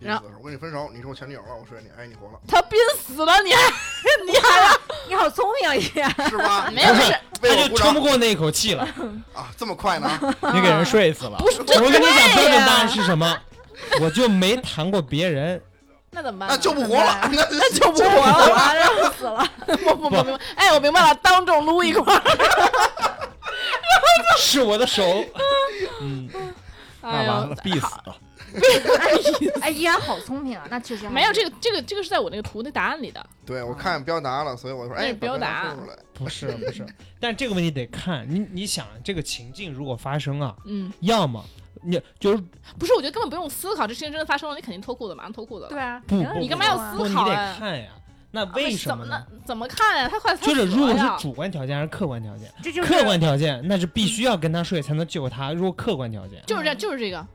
S3: 意
S2: 然
S3: 思是我跟你分手，你是我前女友了，我睡你，哎，你活了，
S2: 他濒死了，你还
S5: 你好聪明啊，依 然。
S3: 是吧？
S2: 没有
S3: 你
S2: 事
S3: 看
S2: 儿，
S4: 他
S3: 为我
S4: 就
S3: 鼓
S4: 撑不
S3: 掌
S4: 过那一口气 了。
S3: 啊！这么快呢？
S6: 你给人睡死了。
S2: 不是
S4: 我跟你讲，标准答案
S2: 呀
S4: 是什么？我就没谈过别人，
S2: 那怎么办呢？
S3: 那救不活 了，那那
S2: 救不活了，
S5: 完了，死了！
S2: 我不不明白。哎，我明白了，当众撸一块儿。
S4: 是我的手。嗯，
S6: 那
S2: 哎
S6: 完
S2: 呦
S6: 了，，必死了。
S5: 哎，依然好聪明啊，那确实还
S2: 没有这个这个这个是在我那个图那答案里的。
S3: 对我看标答了，所以我说
S2: 那
S3: 哎，
S2: 是标答
S3: 把答案说出来
S4: 不是不是，但这个问题得看你，你想这个情境如果发生啊，
S2: 嗯，
S4: 要么你就是
S2: 不是，我觉得根本不用思考，这事情真的发生了，你肯定脱裤子，马上脱裤子了。
S5: 对啊，
S4: 不
S5: 没问
S4: 嗯
S5: 题
S4: 不
S2: 你干嘛要
S5: 啊
S2: 思
S4: 不你
S2: 考
S4: 得
S2: 呀
S4: 看呀。那
S2: 啊
S4: 为什
S2: 怎
S4: 么
S2: 么
S4: 呢？
S2: 呢？怎么看呀？他快他
S4: 就是如果
S2: 死了
S4: 是
S2: 呀
S4: 主观条件还是客观条件？
S5: 这就是
S4: 客观条件那是必须要跟他睡才能救他。如果客观条件，
S2: 就是这样就是这个，嗯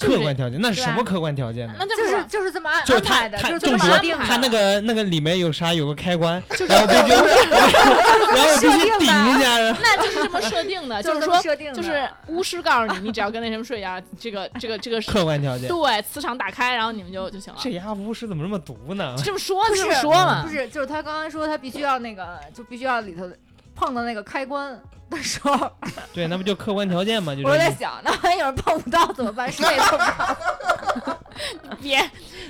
S2: 就是
S4: 客观条件那是什么客观条件呢？
S2: 那这
S5: 就
S2: 不
S5: 是就是这么安
S4: 就是
S5: 安
S4: 他
S5: 排的，
S4: 他
S5: 是
S4: 就
S5: 这
S4: 是
S5: 么
S2: 说
S5: 设定的。
S4: 他那个那个里面有啥有个开关，
S2: 就是
S4: 然后必须然后必须
S5: 设定的
S4: 顶一下，然后
S2: 那就是这么设定的，
S5: 就
S2: 就是
S5: 这
S2: 说
S5: 么设定的
S2: 就是 巫师告诉你，你只要跟那什么睡呀，这个这个这 个是
S4: 客观条件。
S2: 对磁场打开，然后你们就就行了。
S4: 这丫巫师怎么这么毒呢？
S2: 这么说
S5: 不
S2: 这
S5: 是
S2: 么说嘛
S5: 不，是，就是他刚刚说他必须要那个，就必须要里头的碰到那个开关的时候，
S4: 对，那不就客观条件吗？就
S5: 我
S4: 是
S5: 在想，那万一有人碰不到怎么办？睡也碰不到。
S2: 别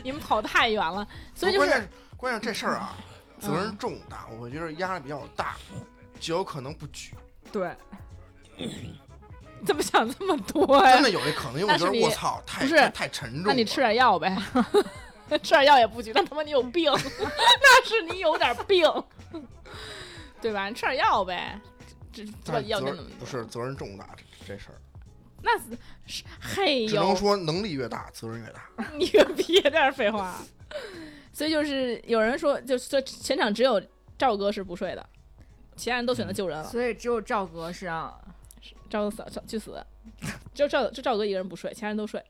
S2: 你们跑太远了，所以就
S3: 关
S2: 是嗯
S3: 键关键这事儿啊，责任重大，我觉得压力比较大，极有可能不举。
S5: 对，
S2: 怎么想这么多呀
S3: 真？的有这可能，因为
S2: 那
S3: 我
S2: 是
S3: 觉得
S2: 你
S3: 我操，太
S2: 不是
S3: 太太沉重了。
S2: 那你吃点药呗， 吃点药也不行，那他妈你有病， 那是你有点病，对吧？你吃点药呗，这这
S3: 但是
S2: 药
S3: 责
S2: 跟
S3: 任
S2: 怎么
S3: 不是责任重大这这事儿，
S2: 那是是嘿
S3: 只能
S2: 呦，
S3: 说能力越大责任越大。
S2: 你个别在这儿废话。 所以就是有人说，就就全场只有赵哥是不睡的，其他人都选
S5: 嗯
S2: 择救人了，
S5: 所以只有赵哥是 啊，
S2: 赵哥死赵去死， 就赵就赵哥一个人不睡，其他人都睡。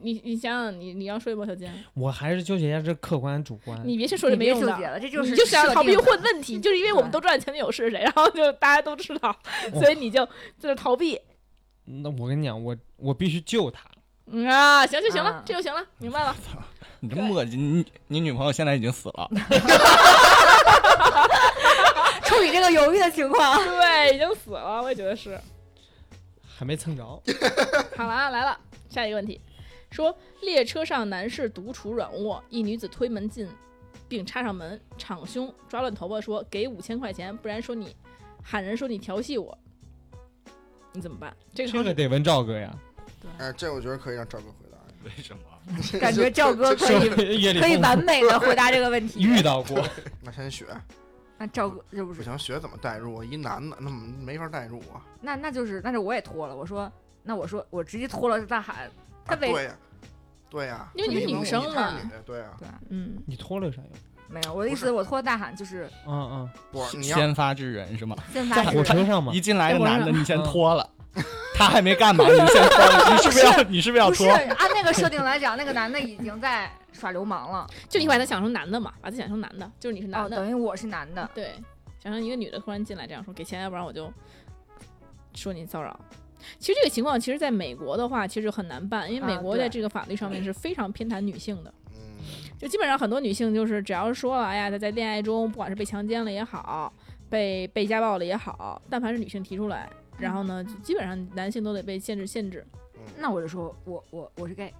S2: 你你想想，你你要睡吗，小金？
S4: 我还是纠结一下这客观主观。
S2: 你别去说
S5: 嗯你
S2: 这没
S5: 别
S2: 用
S5: 纠
S2: 的
S5: 结。了，这就
S2: 你
S5: 是
S2: 就想
S5: 设
S2: 逃避
S5: 定的嗯
S2: 混问题，就是因为我们都知道你前女友是谁，然后就大家都知 道，所以你就就是逃避。
S4: 那我跟你讲，我我必须救他。
S2: 嗯啊，行就行了
S5: 啊，
S2: 这就行了，明白了。
S6: 你这墨迹，你你女朋友现在已经死了，
S5: 处理这个犹豫的情况。
S2: 对，已经死了，我也觉得是。
S4: 还没蹭着，
S2: 好了啊，来了，下一个问题，说列车上男士独处软卧，一女子推门进，并插上门，敞胸抓乱头发说给五千块钱，不然说你喊人说你调戏我，你怎么办？这个好
S4: 这
S2: 像
S4: 个得问赵哥呀，
S3: 哎，这我觉得可以让赵哥回答。
S6: 为什么？
S5: 感觉赵哥可
S4: 是
S5: 以
S4: 不是夜里
S5: 可以
S4: 疯
S5: 完美的回答这个问题。
S4: 遇到过，
S3: 哎那先雪，
S5: 那赵哥这不
S3: 不
S5: 是，
S3: 行，学怎么代入啊？一男的那么没法代入啊！
S5: 那那就是，那就我也脱了。我说，那我说我直接脱了，大喊
S3: 啊
S5: 他为
S3: 对呀，对呀，
S2: 因为你是女生啊嘛
S3: 嘛，你是对呀，
S2: 嗯，
S4: 你脱了有啥用？
S5: 没有我的意
S3: 不
S5: 思，我脱了大喊就是
S4: 嗯嗯，
S3: 不是你要
S6: 先发制人是吗？
S5: 先发
S4: 在
S5: 制
S4: 火
S5: 人。
S4: 车上嘛，
S6: 一进来
S2: 在
S6: 个
S2: 火车
S6: 男的，
S4: 上
S6: 你先
S4: 嗯
S6: 脱了，他还没干嘛，你先脱了，你是不是要？你是不是要
S5: 不是
S6: 脱？
S5: 按那个设定 来讲，那个男的已经在耍流氓了，
S2: 就你把他想成男的嘛，把他想成男的，就是你是
S5: 哦，
S2: 男的，
S5: 等于我是男的，
S2: 对，想让一个女的突然进来这样说给钱，要不然我就说你骚扰。其实这个情况，其实在美国的话，其实很难办，因为美
S5: 啊
S2: 国在
S5: 对
S2: 这个法律上面是非常偏袒女性的。
S3: 嗯，
S2: 就基本上很多女性就是只要是说了，哎呀，她在恋爱中不管是被强奸了也好，被被家暴了也好，但凡是女性提出来，然后呢，就基本上男性都得被限制限制。
S5: 那我就说我我我是 gay，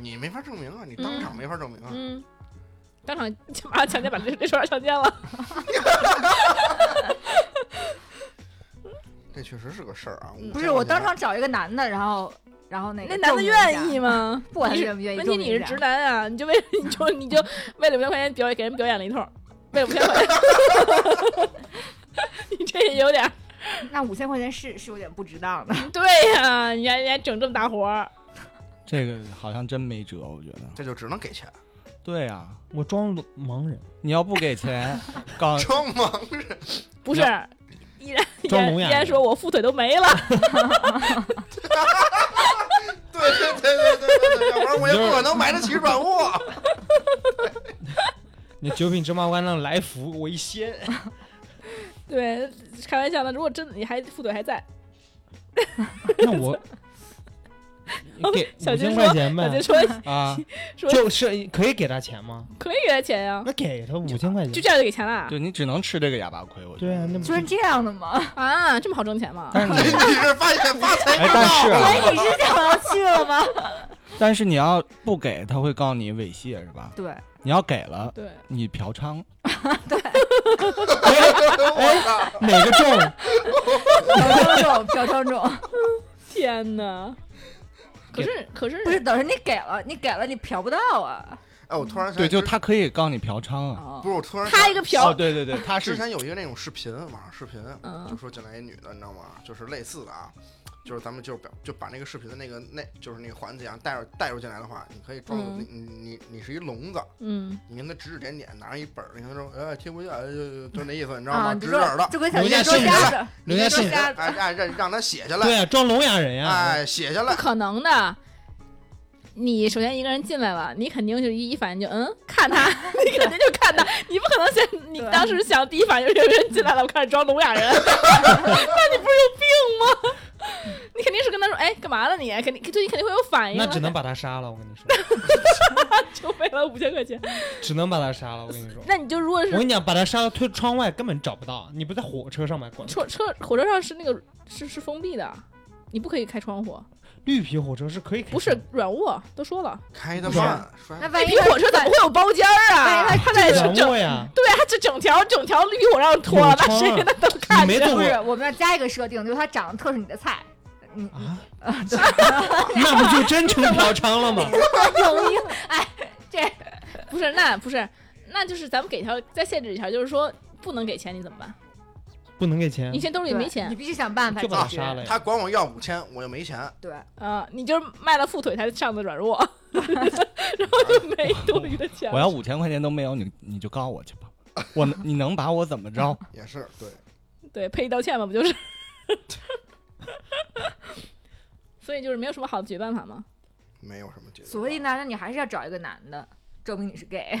S3: 你没法证明啊，你当场没法证明啊。
S2: 嗯，当场就马上强奸，把这这说强奸了。
S3: 这确实是个事儿啊。
S2: 嗯
S5: 不是我当场找一个男的，然后然后那个
S2: 那男的
S5: 证明一下
S2: 愿意 吗？
S5: 不管他
S2: 你是
S5: 愿不愿意，
S2: 问题
S5: 证明
S2: 你
S5: 一
S2: 是
S5: 下
S2: 直男啊，你就为你就你就为了五千块钱表演给人表演了一通，为了五千块钱， 你这也有点儿
S5: 那五千块钱是是有点不值当的。
S2: 对呀、你还你还整这么大活儿，
S6: 这个好像真没辙，我觉得。
S3: 这就只能给钱，
S6: 对啊，
S4: 我装盲人，
S6: 你要不给钱，搞
S3: 装吗？
S2: 不是？依然依
S4: 装
S2: 然
S4: 聋
S2: 依
S4: 哑
S2: 然
S4: 人
S2: 说我副腿都没了，
S3: 对对对对对对，要不然我也不可能买得起软卧。
S4: 那九品芝麻官让来福，我一掀，
S2: 对，开玩笑的。如果真的你还副腿还在，
S4: 那我给
S2: 小
S4: 五
S2: 金说
S4: 千块钱
S2: 我就
S4: 呗，
S2: 说
S6: 啊，
S2: 说
S4: 就是可以给他钱吗？
S2: 可以给他钱呀、
S4: 那给他五千块
S2: 就
S4: 钱，
S2: 这样就给钱了
S6: 对你只能吃这个哑巴亏，我觉
S4: 对
S6: 得。
S4: 啊，那不
S5: 居然这样的吗？
S2: 啊？这么好挣钱吗？
S6: 但是你，
S3: 你是发现发财
S6: 哎，
S3: 之
S6: 但
S3: 道？
S6: 是
S5: 所
S6: 啊，
S5: 以你是想要去了吗？
S6: 但是你要不给，他会告你猥亵是吧？
S5: 对，
S6: 你要给了，
S2: 对，
S6: 你嫖娼，哎
S3: 我操！
S4: 哪个重？
S5: 嫖娼种，嫖娼种，
S2: 天哪！可是可是
S5: 不是等于你给了，你给了你嫖不到啊。
S3: 哎，我突然想
S6: 对，就，他可以告你嫖娼啊。
S5: 哦
S3: 不是我突然
S2: 他一个嫖，
S6: 哦，对对对，他
S3: 之
S6: 是
S3: 前有一个那种视频，网上视频，就
S2: 嗯
S3: 说进来一女的，你知道吗？就是类似的啊，就是咱们就是表就把那个视频的那个那就是那个环节啊带入带入进来的话，你可以装作
S2: 嗯
S3: 你、你你你是一聋子，
S2: 嗯，
S3: 你跟他指指点点，拿着一本儿，你跟他说哎听不见，哎就就那意思，你知道吗？
S5: 啊，你
S3: 指
S5: 就
S3: 指
S5: 说
S3: 的，
S5: 就跟小
S4: 留
S5: 金
S4: 下
S5: 说
S4: 证据
S5: 瞎子，
S4: 留下
S5: 就
S4: 证
S5: 是
S4: 据，
S5: 瞎子
S3: 哎哎让让他写下
S4: 对
S3: 来，
S4: 啊，装聋哑人呀，
S3: 哎写下
S2: 不
S3: 来，
S2: 可能的。你首先一个人进来了，你肯定就一一反应就嗯看他， 你肯定就看他，你不可能想你
S5: 对
S2: 当时想第一反应就是有人进来了，我开始装聋哑人，那你不是有病吗？你肯定是跟他说，哎，干嘛呢你？肯定就你肯定会有反应啊，
S4: 那只能把他杀了，我跟你说，
S2: 就为了五千块钱。
S4: 只能把他杀了，我跟你说。
S2: 那你就如果
S4: 我
S2: 是
S4: 跟你讲，把他杀到推窗外根本找不到，你不在火车上买管
S2: 车车火车上是那个是是封闭的，你不可以开窗户，
S4: 绿皮火车是可以开
S2: 不是
S4: 的
S2: 软卧，都说了，
S3: 开的
S4: 不是
S3: 慢，摔
S5: 那
S3: 慢
S5: 万
S2: 绿
S5: 一
S2: 皮 火车怎么会有包间儿啊？
S5: 万一
S2: 他在
S4: 软
S2: 整
S4: 卧呀，
S2: 对啊，这整条整条绿皮火车上脱了，
S4: 有
S2: 那
S4: 窗
S2: 谁
S4: 啊
S2: 那都
S4: 你
S2: 看
S4: 没
S2: 着。
S4: 坐
S5: 不
S4: 过
S5: 是，我们要加一个设定，就是他长得特是你的菜，你
S4: 啊？ 那不就真成嫖娼了吗？
S5: 有一哎，
S2: 不是，那不是，那就是咱们给条再限制一条，就是说不能给钱，你怎么办？
S4: 不能给钱
S2: 你，现在兜里
S5: 对
S2: 没
S5: 你
S2: 钱，
S5: 必须想办法
S4: 就把他
S5: 解决
S4: 杀了呀。
S3: 他管我要五千，我又没钱，
S5: 对，
S2: 呃，你就是卖了副腿才上的软 弱，然后就没多余的钱
S6: 我。要五千块钱都没有，你你就告我去吧。我 能你能把我怎么着？
S3: 也是对。
S2: 对，赔礼道歉嘛，不就是？ 所以就是没有什么好的解决办法嘛。
S3: 没有什么解决。
S5: 所以呢，那你还是要找一个男的，证明你是 gay。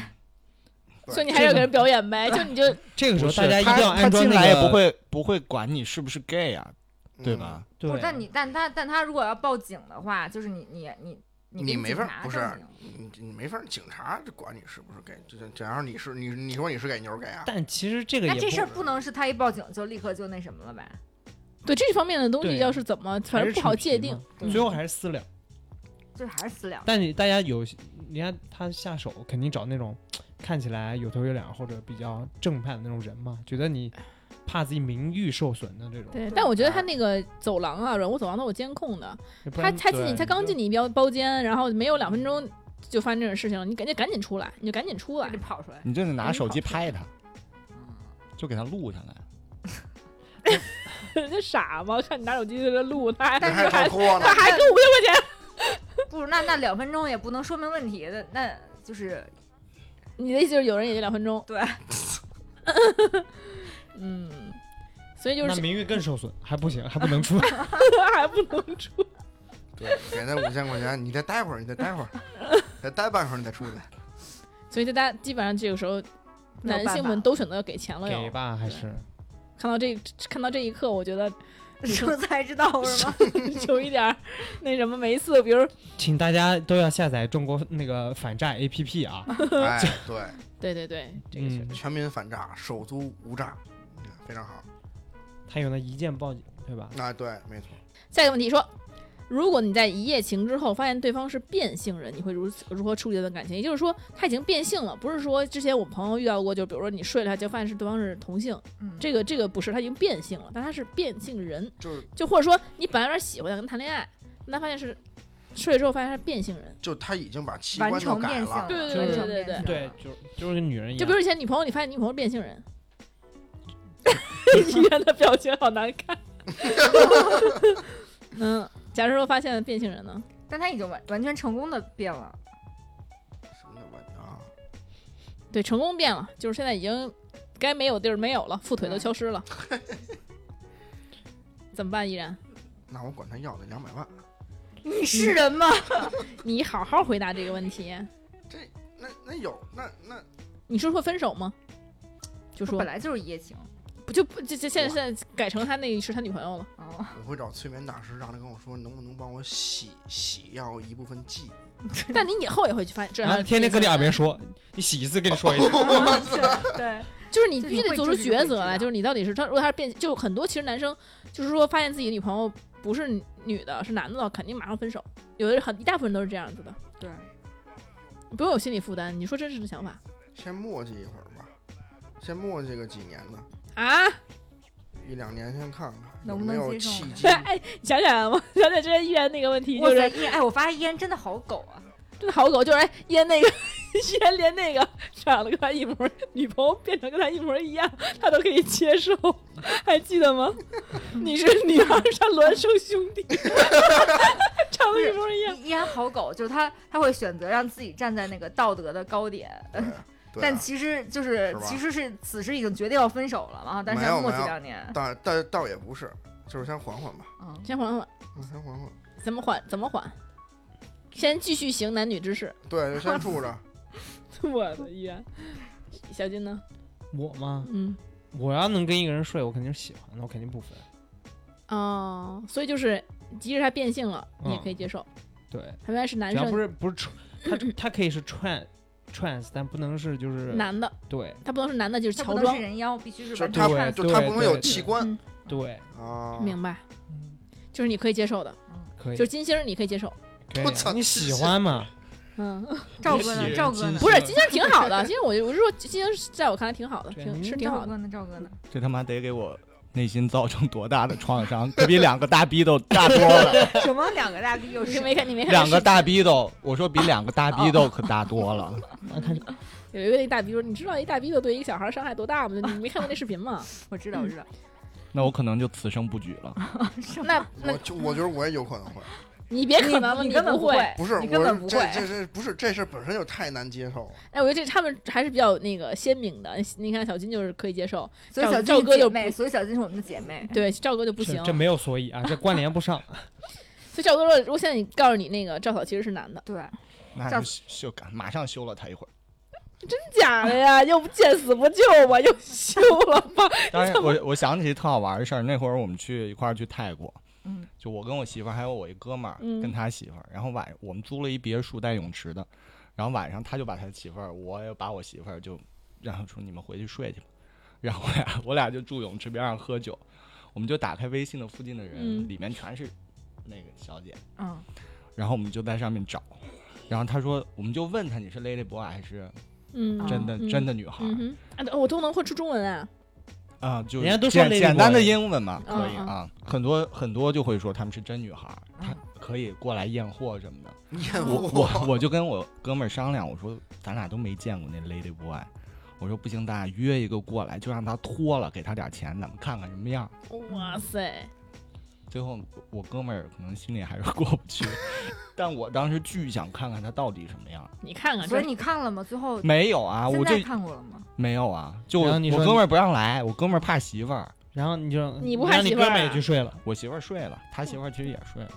S3: 对
S2: 所以你还是要给人表演呗，就你就
S4: 这个时
S6: 不
S4: 候
S6: 是
S4: 大家一定要
S6: 他他
S4: 按照
S6: 进
S4: 那
S6: 来也不
S4: 个，
S6: 会 不会管你是不是 gay 啊，
S3: 嗯
S6: 对吧？？
S4: 对
S5: 不是，但你但他但他如果要报警的话，就是你你你
S3: 你
S5: 你跟
S3: 没
S5: 警
S3: 法
S5: 察
S3: 不是
S5: 证明
S3: 你你没法，警察就管你是不是 gay，就就假如你是你你说你是 gay，你就是 gay 啊。
S4: 但其实这个
S5: 那
S4: 也
S5: 这事儿
S4: 不
S5: 不能是他一报警就立刻就那什么了呗？
S2: 对这方面的东西
S4: 对
S2: 要是怎么，反
S4: 还
S2: 正不
S4: 是
S2: 好
S4: 成皮
S2: 界定
S4: 嘛。
S2: 嗯
S4: 最后还是私了。
S5: 就是还是私了。
S4: 但你大家有，人家他下手肯定找那种看起来有头有脸或者比较正派的那种人嘛，觉得你怕自己名誉受损的这种。
S2: 对，但我觉得他那个走廊啊，软卧走廊都有监控的，
S4: 哎不
S2: 他
S4: 然
S2: 他进
S6: 对
S2: 你才刚进你包包间，然后没有两分 钟就发生这种事情了，你赶紧赶紧出来，你就赶紧出来
S5: 就。跑出来，
S6: 你就得拿手机拍他，就给他录下来。
S2: 人家傻吗？看你拿手机在这录，他还
S3: 你
S2: 他
S3: 还
S2: 还
S3: 挣脱呢
S2: 他，还给我五六块钱，
S5: 不是，那那两分钟也不能说明问题的，那 就是
S2: 你的意思就是有人也就两分钟？
S5: 对，
S2: 嗯，所以就
S4: 那
S2: 是
S4: 名誉更受损，还不行，还不 能出来。
S2: 还不能出，
S3: 对，给那五千块钱，你再待会儿，你再待会儿，再待半会儿你再出去。
S2: 所以大家基本上这个时候，
S5: 没有
S2: 男性
S5: 办
S2: 们
S5: 法
S2: 都选择给钱了
S4: 给
S2: 哟。
S4: 吧，还是
S2: 看到这看到这一刻，我觉得
S5: 生财之道是吗？
S2: 有一点儿那什么。每一次，比如
S4: 请大家都要下载中国那个反诈 APP 啊，
S3: 哎，
S2: 对
S3: 对，
S2: 对对，这个是、
S4: 嗯，
S3: 全民反诈，手足无诈，嗯非常好。
S4: 它有那一键报警，对吧？
S3: 啊，对，没错。
S2: 下一个问题说，如果你在一夜情之后发现对方是变性人，你会如如何处理这段感情？也就是说，他已经变性了，不是说之前我朋友遇到过，就比如说你睡了他，就发现是对方是同性，
S5: 嗯，
S2: 这个这个不是，他已经变性了，但他是变性人，
S3: 就是
S2: 就或者说你本来有点喜欢想跟他谈恋爱，但发现是睡了之后发现他是变性人，
S3: 就他已经把器
S5: 完
S3: 官都
S5: 成
S3: 改
S5: 变性了，
S3: 了，
S2: 对
S4: 对对
S2: 对对
S4: 对，就是就是跟女人一样，
S2: 就比如以前女朋友，你发现你女朋友是变性人。 依然的表情好难看。 嗯，假如说发现变性人呢？
S5: 但他已经完完全成功的变了，
S3: 什么叫完啊？
S2: 对，成功变了，就是现在已经该没有地儿没有了，副腿都消失 了，怎么办？依然，
S3: 那我管他要那两百万，
S2: 嗯
S5: 你是人吗？
S2: 你好好回答这个问题。
S3: 那那有那那
S2: 你是会分手吗？就说
S5: 本来就是一夜情
S2: 不就不这这现在现在改成他那是他女朋友 了，
S5: 哦，
S3: 我会找催眠大师，让他跟我说能不能帮我洗洗掉一部分记忆。
S2: 但你以后也会去发现，知道他
S4: 啊，
S2: 是
S4: 天天搁你耳
S2: 变
S4: 边
S2: 性
S4: 说，你洗一次跟你说一次，
S5: 对，
S2: 人，就是你
S5: 就
S2: 必
S5: 是
S2: 须得
S5: 会
S2: 做出
S5: 知道
S2: 抉
S5: 会
S2: 择
S5: 知
S2: 来，
S5: 道
S2: 就是你到底是他，如果他是变，就很多其实男生就是说发现自己女朋友不是女的，是男的了，肯定马上分手，有的人很一大部分都是这样子的，
S5: 对，
S2: 不用有心理负担。你说真实的想法
S3: 先磨叽一会儿吧，先磨叽个几年呢，
S2: 啊？
S3: 一两年先看看
S5: 能不
S3: 有没
S5: 能
S3: 有
S5: 接受
S3: 契
S5: 呢
S3: 机。
S2: 哎，想想我想想之前依然那个问题，就
S5: 哇塞，
S2: 是
S5: 依然哎，我发现依然真的好狗啊，
S2: 真的好狗，就是哎，依然那个 依然连那个长得跟他一模，女朋友变成跟他一模一样，他都可以接受，还记得吗？你是女儿是他孪生兄弟， 长得一模 一样。
S5: 依依然好狗，就是他他会选择让自己站在那个道德的高点，
S3: 对
S5: 但
S3: 啊
S5: 其实就是
S3: 是吧
S5: 其实是此时已经决定要分手了嘛，但是
S3: 没有
S5: 要磨
S3: 没有
S5: 叽两年，
S3: 倒倒倒也不是，就是先缓缓吧，
S5: 嗯，
S2: 先缓缓，
S3: 嗯，先缓缓。
S2: 怎么缓？怎么缓？先继续行男女之 事。
S3: 对，就先住着。
S2: 我的依然，小金呢？
S4: 我吗？
S2: 嗯，
S4: 我要能跟一个人睡，我肯定是喜欢的，我肯定不分。
S2: 哦，所以就是，即使他变性了，你也
S4: 嗯
S2: 可以接受。
S4: 对，
S2: 他原来是男
S4: 只要不
S2: 生，
S4: 是不 是他他可以是 trans trans，但不能是就是
S2: 男的，
S4: 对
S2: 他不能是男的，就是
S5: 他
S2: 乔
S5: 不能
S2: 装
S5: 是。人妖，必须是
S3: 就
S5: 完
S3: 他
S5: 全
S4: 对
S5: 看
S3: 就他不能有器官
S2: 嗯
S4: 对，
S3: 啊。
S2: 明白，
S4: 嗯
S2: 就是你可以接受的。
S4: 可以
S2: 就是金星儿你可以 接受，
S4: 可以啊
S3: 我操
S4: 你喜欢嘛？
S2: 嗯，
S5: 赵哥呢？赵哥呢？
S2: 不是金星儿挺好的，金星儿我就我是说金星儿在我看来挺好的，
S4: 对
S2: 挺
S4: 你
S2: 是挺
S5: 赵
S2: 好的
S5: 哥。呢？赵 哥呢？
S6: 这他妈得给我内心造成多大的创伤？可比两个大逼斗大多了，
S5: 什么两个大逼又
S2: 你
S5: 是
S2: 没看你没看
S6: 两个
S2: 视频
S6: 大逼斗，我说比两个大逼斗可大多了。
S2: 有一个那大逼说，你知道一大逼斗对一个小孩儿伤害多大吗？你没看过那视频 吗？
S5: 我知道，我知道，
S6: 那我可能就此生不举了。
S2: 那
S3: 我
S2: 那
S3: 就我觉得我也有可能会，
S2: 你别可能了，
S5: 你
S2: 你
S5: 根本
S2: 不
S5: 会
S2: 会。，
S3: 不是，我
S5: 你根本不
S3: 这
S5: 会。
S3: 这这不是这事本身就太难接受了。
S2: 哎，我觉得这他们还是比较那个鲜明的。你看小金就是可以接受，
S5: 所以小
S2: 赵
S5: 金
S2: 哥
S5: 是姐
S2: 就
S5: 妹，
S2: 不
S5: 所以小金是我们的姐妹。
S2: 对赵哥就不行
S4: 这。这没有所以啊，这关联 不上。
S2: 所以赵哥说，如果现在你告诉你那个赵嫂其实是男的，
S5: 对，
S6: 那
S5: 叫
S6: 就休休赶马上休了他一会儿。
S2: 真假的呀？又不见死不救吧？又休了吧？
S6: 当然，我我想起一特好玩的事儿，那会儿我们去一块儿去泰国，
S5: 嗯，
S6: 就我跟我媳妇儿还有我一哥们儿
S2: 嗯
S6: 跟他媳妇儿，然后晚我们租了一别墅带泳池的，然后晚上他就把他媳妇儿，我也把我媳妇儿就，然后说你们回去睡去吧，然后我俩我俩就住泳池边上喝酒，我们就打开微信的附近的人，
S2: 嗯
S6: 里面全是那个小姐，
S5: 嗯，
S6: 然后我们就在上面找，然后他说我们就问他你是 lady boy 还是
S2: 嗯，
S6: 真的、
S2: 嗯
S6: 真的女孩儿
S2: 嗯哼，啊，对我都能会出中文啊。
S6: 啊、就
S4: 人家都说
S6: 简
S4: lady
S6: 简单的
S4: boy
S6: 英文嘛，可以
S2: 嗯嗯
S6: 啊，很多很多就会说他们是真女孩儿，
S5: 嗯
S6: 她可以过来验货什么的。
S3: 你看
S6: 我我我就跟我哥们儿商量，我说咱俩都没见过那 Lady Boy，我我说不行，咱俩约一个过来，就让他脱了，给他点钱，咱们看看什么样。
S5: 嗯
S2: 哇塞，
S6: 最后我哥们儿可能心里还是 过不去，但我当时巨想看看他到底什么样。
S2: 你看看
S5: 所
S2: 啊这
S5: 以你看了吗？最后
S6: 没有啊，我
S5: 现
S6: 就
S5: 在看过了吗？
S6: 没有啊，就我
S4: 然后你说
S6: 哥们儿不让来，我哥们儿怕媳妇儿，
S4: 然后你就
S2: 你不怕
S4: 让你
S2: 媳妇
S4: 哥
S2: 儿
S4: 们儿也
S2: 啊
S4: 去睡 了，
S6: 我媳妇儿睡了，他媳妇儿其实也睡了，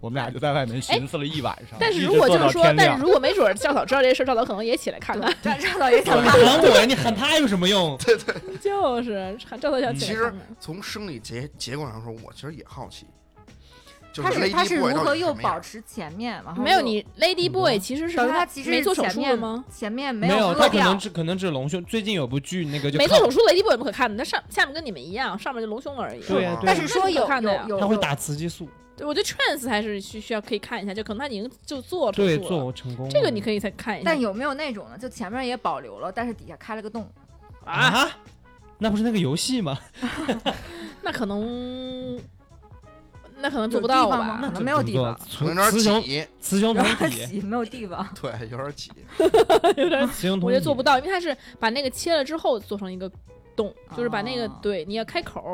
S6: 我们俩就在外面寻思了一晚
S2: 哦
S6: 上，
S2: 哎但是
S6: 一
S2: 如
S6: 直
S2: 果就
S6: 坐
S2: 是
S6: 到
S2: 说，
S6: 天
S2: 但
S6: 亮
S2: 是如果没准儿赵嫂知道这事儿，赵嫂可能也起来看看。
S5: 赵赵导也想
S4: 你
S5: 看，
S4: 喊我呀，你喊他有什么用？
S2: 就是赵嫂
S6: 嗯
S2: 想起来
S3: 其实
S2: 看看
S3: 从生理结结构上说，我其实也好奇，就
S5: 他是
S3: Lady
S5: 他是
S3: Boy 到底
S5: 如何
S3: 是
S5: 又
S3: 什么样
S5: 保持前面，然后
S2: 没有
S5: 又
S2: 你 Lady
S6: 嗯
S4: 很多
S2: Boy 其实是
S5: 等于他
S2: 他
S5: 其实
S2: 没
S5: 是
S2: 做手
S5: 前
S2: 术
S5: 面
S2: 了吗？
S5: 前面
S4: 没
S5: 有
S4: 他
S5: 割
S4: 可
S5: 掉
S4: 能，是可能是隆胸。最近有部剧那个就
S2: 没做
S4: 靠
S2: 手术，Lady Boy 不可看的，他上下面跟你们一样，上面就隆胸了而已。
S4: 对呀、
S3: 是吗
S4: 对啊
S5: 但是说
S2: 那是
S5: 有
S2: 可看的呀
S5: 有有
S4: 他会
S5: 有
S4: 打雌激素，
S2: 对，我觉得 trans 还是需需要可以看一下，就可能他已经就做手
S4: 对，
S2: 术
S4: 嗯
S2: 了，
S4: 做成功了。
S2: 这个你可以再看一下。
S5: 但有没有那种呢？就前面也保留了，但是底下开了个洞，
S2: 啊，
S4: 啊？那不是那个游戏吗？
S2: 那可能那可能做
S5: 有
S2: 不
S5: 地
S2: 到
S5: 方吗
S2: 吧？
S5: 可能 没有地方
S3: 可能
S4: 从
S3: 有
S4: 雌
S3: 点
S4: 雄
S3: 挤，
S4: 雌雄同
S5: 然后
S4: 体，
S5: 洗没有地方。
S3: 对，有点挤。
S2: 有点
S4: 雌雄同 体，
S2: 我觉得做不到，因为它是把那个切了之后做成一个洞，就是把那个、
S5: 哦
S2: 对你要开口儿，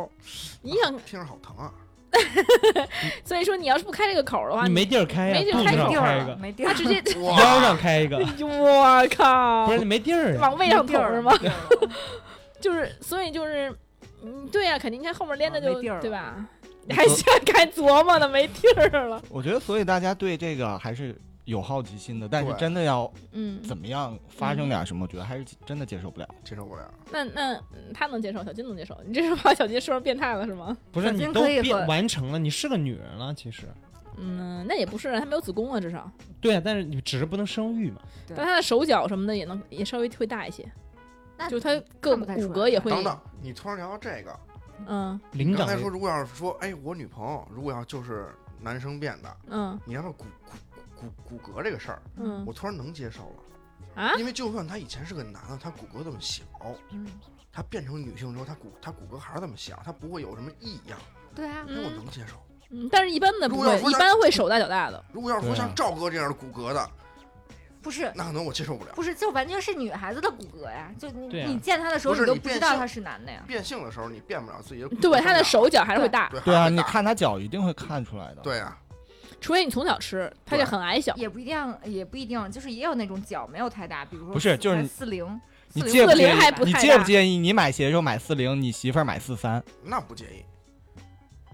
S2: 你想，
S3: 听着好疼 啊！
S2: 所以说你要是不开这个口儿的话，
S4: 你没地儿开呀、
S2: 没地
S4: 肚
S2: 儿
S4: 子
S2: 开
S4: 上
S5: 地
S4: 开
S5: 儿
S4: 一
S5: 了，
S4: 个，
S5: 没地儿
S2: 他
S5: 了，
S2: 直接，
S4: 腰上开 一个，
S2: 我靠
S4: 不，是你没地儿呀、
S2: 往胃上捅
S5: 没地儿
S2: 是
S5: 了
S2: 吗？
S5: 没地儿了
S2: 就是，所以就是，嗯，对呀、肯定你看后面连着
S5: 啊没
S2: 就、
S5: 地儿了
S2: 对吧？你还想该琢磨呢，没地儿了，
S6: 我觉得，所以大家对这个还是有好奇心的，但是
S3: 对
S6: 真的要
S2: 嗯，
S6: 怎么样发生点什么，我觉得还是真的接受不了。
S3: 接受不了，
S2: 那那嗯他能接受，小金能接受，你这是把小金说成变态了是吗？
S4: 不是
S5: 小金
S4: 你都
S5: 可以
S4: 变
S5: 和
S4: 完成了，你是个女人了，其实。
S2: 嗯，那也不是啊，他没有子宫啊，至少，
S4: 对啊，但是你只是不能生育嘛。
S5: 对
S2: 但他的手脚什么的也能也稍微会大一些，
S5: 那
S2: 就是他各
S5: 看不
S2: 骨
S5: 太出来
S2: 骼也会，
S3: 等等，你突然聊到这个，
S2: 嗯
S4: 灵
S3: 刚
S4: 长
S3: 才
S4: 类
S3: 说如果要是说，哎，我女朋友如果要就是男生变的，
S2: 嗯
S3: 你要是骨骨骨骨骼这个事儿，
S2: 嗯
S3: 我突然能接受了。
S2: 啊，
S3: 因为就算他以前是个男的，他骨骼这么小，
S5: 嗯
S3: 他变成女性之后，他骨他骨骼还是这么小，他不会有什么异样，
S5: 对啊，
S3: 那我
S2: 嗯
S3: 能接受。
S2: 嗯，但是一般的不
S3: 如果
S2: 会
S3: 要，说
S2: 一
S3: 他
S2: 般会手大脚大的，
S3: 如果要是说
S6: 对啊
S3: 像赵哥这样的骨骼的，
S5: 不是
S3: 那可能我接受不了。
S5: 不是，就完全是女孩子的骨骼呀，就你
S4: 对啊
S5: 你见她的时候，
S3: 不是
S5: 你都
S3: 你
S5: 不
S3: 变
S5: 知道
S3: 性
S5: 她是男的呀。
S3: 变性的时候你嗯变不了自己的骨骼，
S2: 对，他的手脚还是会大，
S3: 对
S6: 对啊，
S3: 还是
S6: 你
S3: 大
S6: 看他脚一定会看出来的。，
S3: 对啊，
S2: 除非你从小吃，他就
S3: 对
S2: 很矮小。
S5: 也不一定，也不一定，就是也有那种脚没有太大，比如说
S6: 不是就是
S5: 才
S6: 你
S5: 四零，
S6: 你
S5: 40
S6: 介不
S2: 四零
S6: 介
S2: 还不
S6: 意？你
S2: 太
S6: 介不
S2: 大
S6: 介意？你买鞋的时候买四零，你媳妇儿买四三，
S3: 那不介意。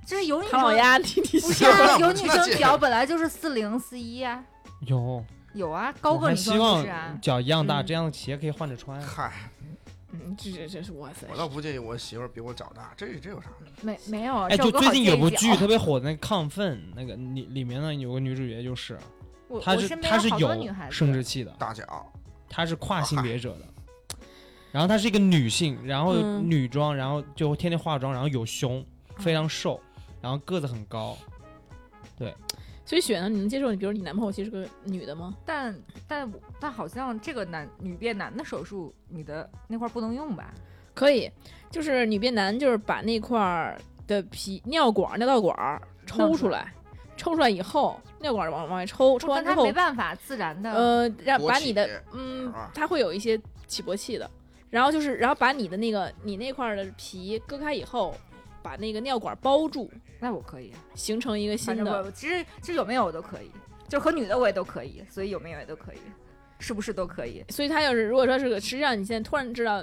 S5: 就是有女
S2: 唐老
S5: 生
S2: 鸭，你你
S5: 不是
S2: 笑，
S5: 啊，
S3: 那
S5: 有
S3: 我
S5: 女
S3: 那
S5: 生
S3: 介
S5: 脚本来就是四零四一啊，
S4: 有，
S5: 有啊，高
S4: 我
S5: 个
S4: 还
S5: 女
S4: 希
S5: 生就是啊
S4: 望，脚一样大，
S2: 嗯
S4: 这样的鞋可以换着穿。
S3: 嗨，
S2: 嗯，这这这是哇塞
S3: 我！倒不介意我媳妇儿比我脚大，这这有啥的？
S5: 没没有啊？
S4: 哎，
S5: 赵
S4: 就
S5: 哥
S4: 最
S5: 好
S4: 近有
S5: 介
S4: 部
S5: 意
S4: 剧
S5: 脚
S4: 特别火，那个《亢奋》，那个里里面呢有个女主角就是，
S5: 我
S4: 她
S5: 我
S4: 是
S5: 身边
S4: 她是
S5: 好多女孩
S4: 有
S5: 子
S4: 生殖器的，
S3: 大脚，
S4: 她是跨性别者的，然后她是一个女性，然后
S2: 嗯
S4: 女装，然后就天天化妆，然后有胸，
S5: 嗯
S4: 非常瘦，然后个子很高，
S2: 所以雪呢，你能接受你，比如你男朋友其实是个女的吗？
S5: 但但我但好像这个男女变男的手术，你的那块儿不能用吧？
S2: 可以，就是女变男，就是把那块儿的皮尿管、尿道管儿抽
S5: 弄
S2: 出
S5: 出
S2: 来，抽出来以后，尿管儿往往外抽，抽完
S5: 但
S2: 之
S5: 他
S2: 后
S5: 没，办法自然的，
S2: 呃，让
S3: 勃
S2: 把
S3: 起
S2: 你的嗯
S3: 是吧，
S2: 它会有一些起搏器的，然后就是，然后把你的那个你那块儿的皮割开以后，把那个尿管包住，
S5: 那我可以啊，
S2: 形成一个
S5: 反
S2: 新
S5: 正
S2: 的。
S5: 我其实其实有没有我都可以，就和女的我也都可以，所以有没有也都可以，是不是都可以？
S2: 所以他要是如果说是个，实际上你现在突然知道，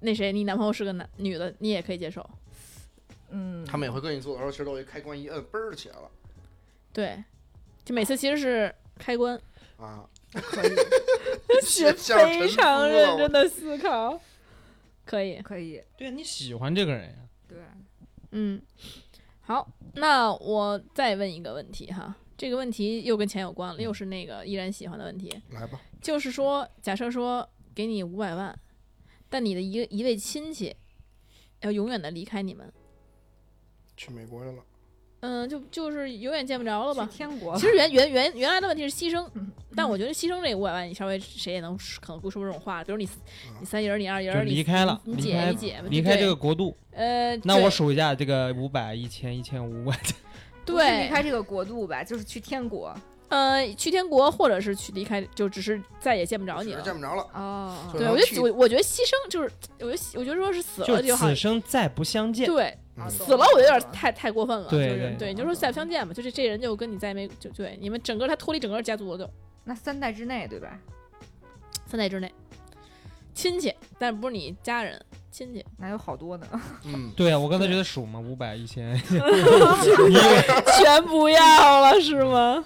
S2: 那谁你男朋友是个男女的，你也可以接受。
S5: 嗯，
S3: 他每回跟你做的时候，其实都一开关一摁，嘣儿起来了
S2: 对，就每次其实是开关。
S3: 啊。
S5: 可 以
S2: 是
S3: 像沉
S2: 非
S3: 思
S2: 常
S3: 了
S2: 认
S3: 我
S2: 真的思考。可以，
S5: 可以，
S4: 对啊你喜欢这个人呀、
S5: 对，
S2: 嗯，好，那我再问一个问题哈，这个问题又跟钱有关了，又是那个依然喜欢的问题，
S3: 来吧，
S2: 就是说，假设说给你五百万，但你的一个一位亲戚要永远的离开你们，
S3: 去美国去了，
S2: 嗯，就就是永远见不着了吧
S5: 去？天国吧。
S2: 其实原原原原来的问题是牺牲
S5: 嗯，
S2: 但我觉得牺牲这五百万，你稍微谁也能可能会说这种话，比如你
S3: 嗯
S2: 你三姨儿、你二姨
S4: 就
S2: 儿，
S4: 离
S2: 你
S4: 开了，
S2: 你
S4: 离
S2: 姐
S4: 开
S2: 你姐
S4: 离开
S2: 对
S4: 这个国度。
S2: 呃，
S4: 那我
S2: 对
S4: 数一下，这个五百、一千、一千五百，
S5: 不是
S2: 对
S5: 离开这个国度吧，就是去天国，
S2: 呃，去天国或者是去离开，就只是再也见不着你
S3: 只是
S2: 了。
S3: 见不着了。
S5: 哦
S3: 对
S2: 对，
S3: 然后
S2: 我觉
S3: 去
S2: 得我我觉得牺牲就是，我觉得牺我觉得说是死了
S4: 就
S2: 呃好
S4: 此，生再不相见。
S2: 对，
S3: 嗯
S2: 死了我有点太太过分了，
S4: 对
S2: 就是
S4: 对
S2: 对，你就说再不相见吧，就是这人就跟你再也没就对，你们整个他脱离整个家族的
S5: 那三代之内对吧？
S2: 三代之内，亲戚，但不是你家人，亲戚，
S5: 那有好多呢。
S3: 嗯，
S4: 对啊，我刚才觉得数嘛，五百、一千，
S2: 全不要了是吗？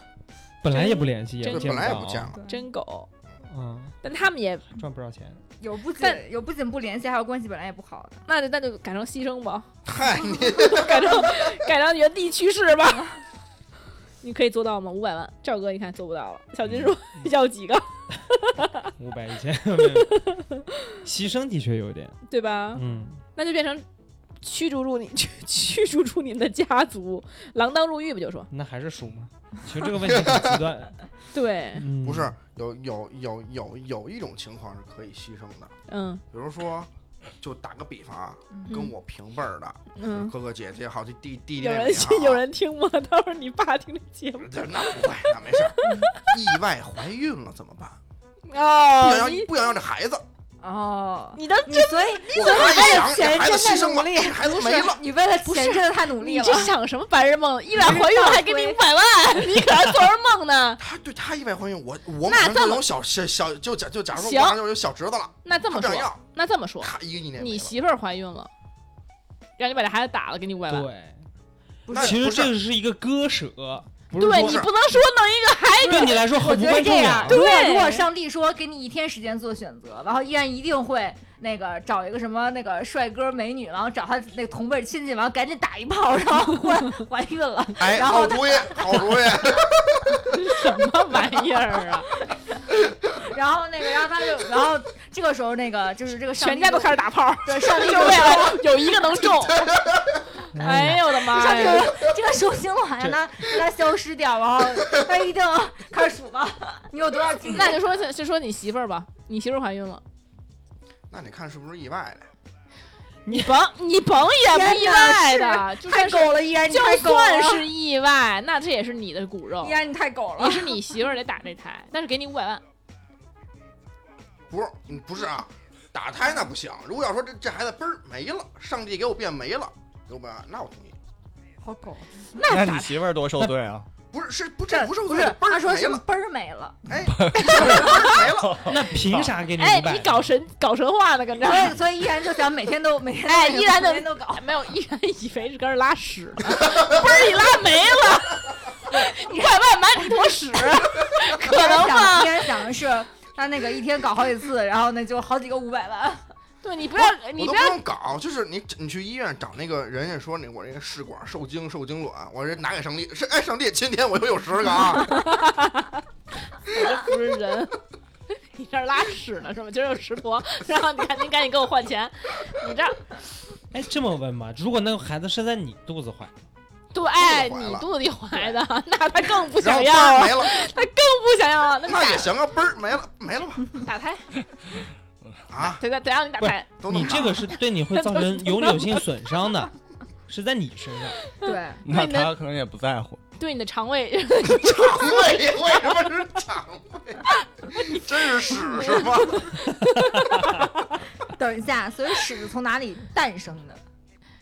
S4: 本来也不联系，也
S2: 真
S4: 见
S3: 对，
S4: 不
S3: 本来也
S4: 着
S3: 不见了。
S2: 真狗，
S4: 嗯，
S2: 但他们也，
S4: 赚不着钱。
S5: 有不仅
S2: 但
S5: 有不仅不联系，还有关系本来也不好的。
S2: 那就那就改成牺牲吧，
S3: 嗨，你
S2: 改成改成原地去世吧。 你可以做到吗？五百万，赵哥，你看做不到了。小金说 要几个，
S4: 五百、一千， 牺牲的确有点。
S2: 对吧？
S4: 嗯，
S2: 那就变成驱逐入你驱驱逐出你们的家族，锒铛入狱不就说？
S4: 那还是数嘛。其实这个问题很 极端。
S2: 对，
S4: 嗯
S3: 不是，有有有有有一种情况是可以牺牲的，
S2: 嗯
S3: 比如说，就打个比方啊，跟
S2: 嗯
S3: 我平辈儿的，
S2: 嗯，
S3: 哥哥姐姐也好，弟弟弟弟
S2: 有
S3: 妹
S2: 人，
S3: 妹也好
S2: 有人听吗？到时候你爸听这节目
S3: 这那不会，那没事儿。 意外怀孕了怎么办？不想
S2: 哦，
S3: 要
S2: 你
S3: 不想要这孩子，
S5: 哦，
S2: 你的
S5: 你所以
S3: 我可以想
S5: 钱
S3: 这孩子牺
S5: 真的
S3: 牲
S5: 努
S3: 了，
S5: 力
S3: 这孩子
S5: 不
S3: 没
S5: 是
S3: 了。
S5: 你为了
S2: 不
S5: 钱
S2: 是
S5: 真的太努力
S2: 你
S5: 了
S2: 这。想什么白日梦？意外怀孕
S5: 倒
S2: 还给你
S5: 推
S2: 五百万，你可还做着梦呢？
S3: 他对他意外怀孕，我我马
S2: 那
S3: 上
S2: 这
S3: 就
S2: 么
S3: 有小小小就假就假如说
S2: 行
S3: 我马上就有小侄子了，
S2: 那这
S3: 他
S2: 么
S3: 不想
S2: 说，
S3: 要，
S2: 那这么说，
S3: 咔一个一年没
S2: 你
S3: 了
S2: 媳妇儿怀孕了，让你把这孩子打了，给你五百万。
S4: 对，
S5: 不
S3: 那
S4: 其实
S3: 不是
S4: 这个是一个割舍，不是
S2: 对
S4: 说
S2: 你不能说弄一个孩
S4: 对你来说
S5: 我
S4: 很无
S5: 觉得
S4: 关
S5: 这
S4: 痛
S5: 样
S3: 啊
S4: 痒，。
S5: 如果
S2: 对
S5: 如果上帝说给你一天时间做选择，然后依然一定会那个找一个什么那个帅哥美女，然后找他那个同辈亲戚，然后赶紧打一炮，然后忽然怀孕了，
S3: 哎，
S5: 然后
S3: 好主意，好主意，
S2: 子，什么玩意儿啊？
S5: 然后那个然后他就然后这个时候那个就是这个上帝
S2: 全家都开始打炮，
S5: 对上帝
S2: 就为了有一个能中。 哎
S4: 呀，
S2: 呦我的妈
S5: 上帝
S2: 哎呀！
S5: 说这个受精卵让它让它消失掉，然后他一定开始数 吧，你有多少斤？
S2: 那就说就说你媳妇儿吧，你媳妇儿怀孕了，
S3: 那你看是不是意外的？
S2: 你甭你甭也不意外
S5: 天
S2: 的，就
S5: 太
S2: 算是
S5: 狗了，依然你
S2: 就
S5: 太狗
S2: 算
S5: 了，
S2: 是意外，那这也是你的骨肉
S5: 依，然你太狗了
S2: 也。是你媳妇儿得打这胎，但是给你五百万，
S3: 不是，嗯不是啊，打胎那不行。如果要说这这孩子嘣儿没了，上帝给我变没了，有本事那我同意。
S5: 好狗，
S2: 那
S6: 那
S2: 咋
S6: 你媳妇儿多受罪啊？
S3: 不是，是不这不是我
S5: 不
S3: 的
S5: 是
S3: 错，嘣
S5: 他
S3: 儿
S5: 说
S3: 没
S5: 是
S3: 了，
S5: 嘣儿没 了。
S3: 哎，嘣儿 没了，
S4: 那凭啥给你
S2: 哎
S4: 五百？
S2: 你搞神搞神话呢，跟这
S5: 所
S2: 儿
S5: 以，所以依然就想每 天都每天
S2: 哎依然就
S5: 每天都搞，
S2: 没有，依然以为是跟人拉屎呢，不是你拉没了，五百万买你坨屎，可能吗
S5: 依？然想的是 他那个一天搞好几次，然后那就好几个五百万。
S2: 对你不要
S3: 我
S2: 你不
S3: 都不
S2: 要
S3: 用搞，就是你你去医院找那个人家说那我这个试管受精受精卵，我这拿给上帝，是哎上帝，今天我又有十个啊，
S2: 不是人。 你这儿拉屎呢是吗？今儿有十坨，然后你赶紧赶紧给我换钱。你这儿
S4: 哎，这么问吧，如果那个孩子是在你肚子怀，
S2: 对哎
S3: 怀了
S2: 你肚子里怀的，那他更不
S3: 然
S2: 想
S3: 后嘣
S2: 要啊
S3: 儿
S2: 了，
S3: 没了，
S2: 他更不想要了。那你
S3: 那
S2: 打
S3: 也行啊，嘣儿没了没了吧
S2: 打胎，
S3: 啊，
S2: 对对，得让你打
S4: 不是
S2: 胎。
S3: 都能
S4: 你
S3: 打
S4: 这个是对你会造成永久性损伤的，是在你身上。
S5: 对，
S2: 那
S6: 那
S2: 你的
S6: 他可能也不在乎。
S2: 对你的肠胃，
S3: 肠 胃，为什么是肠胃？ 真是屎是吗？
S5: 等一下，所以屎是从哪里诞生的？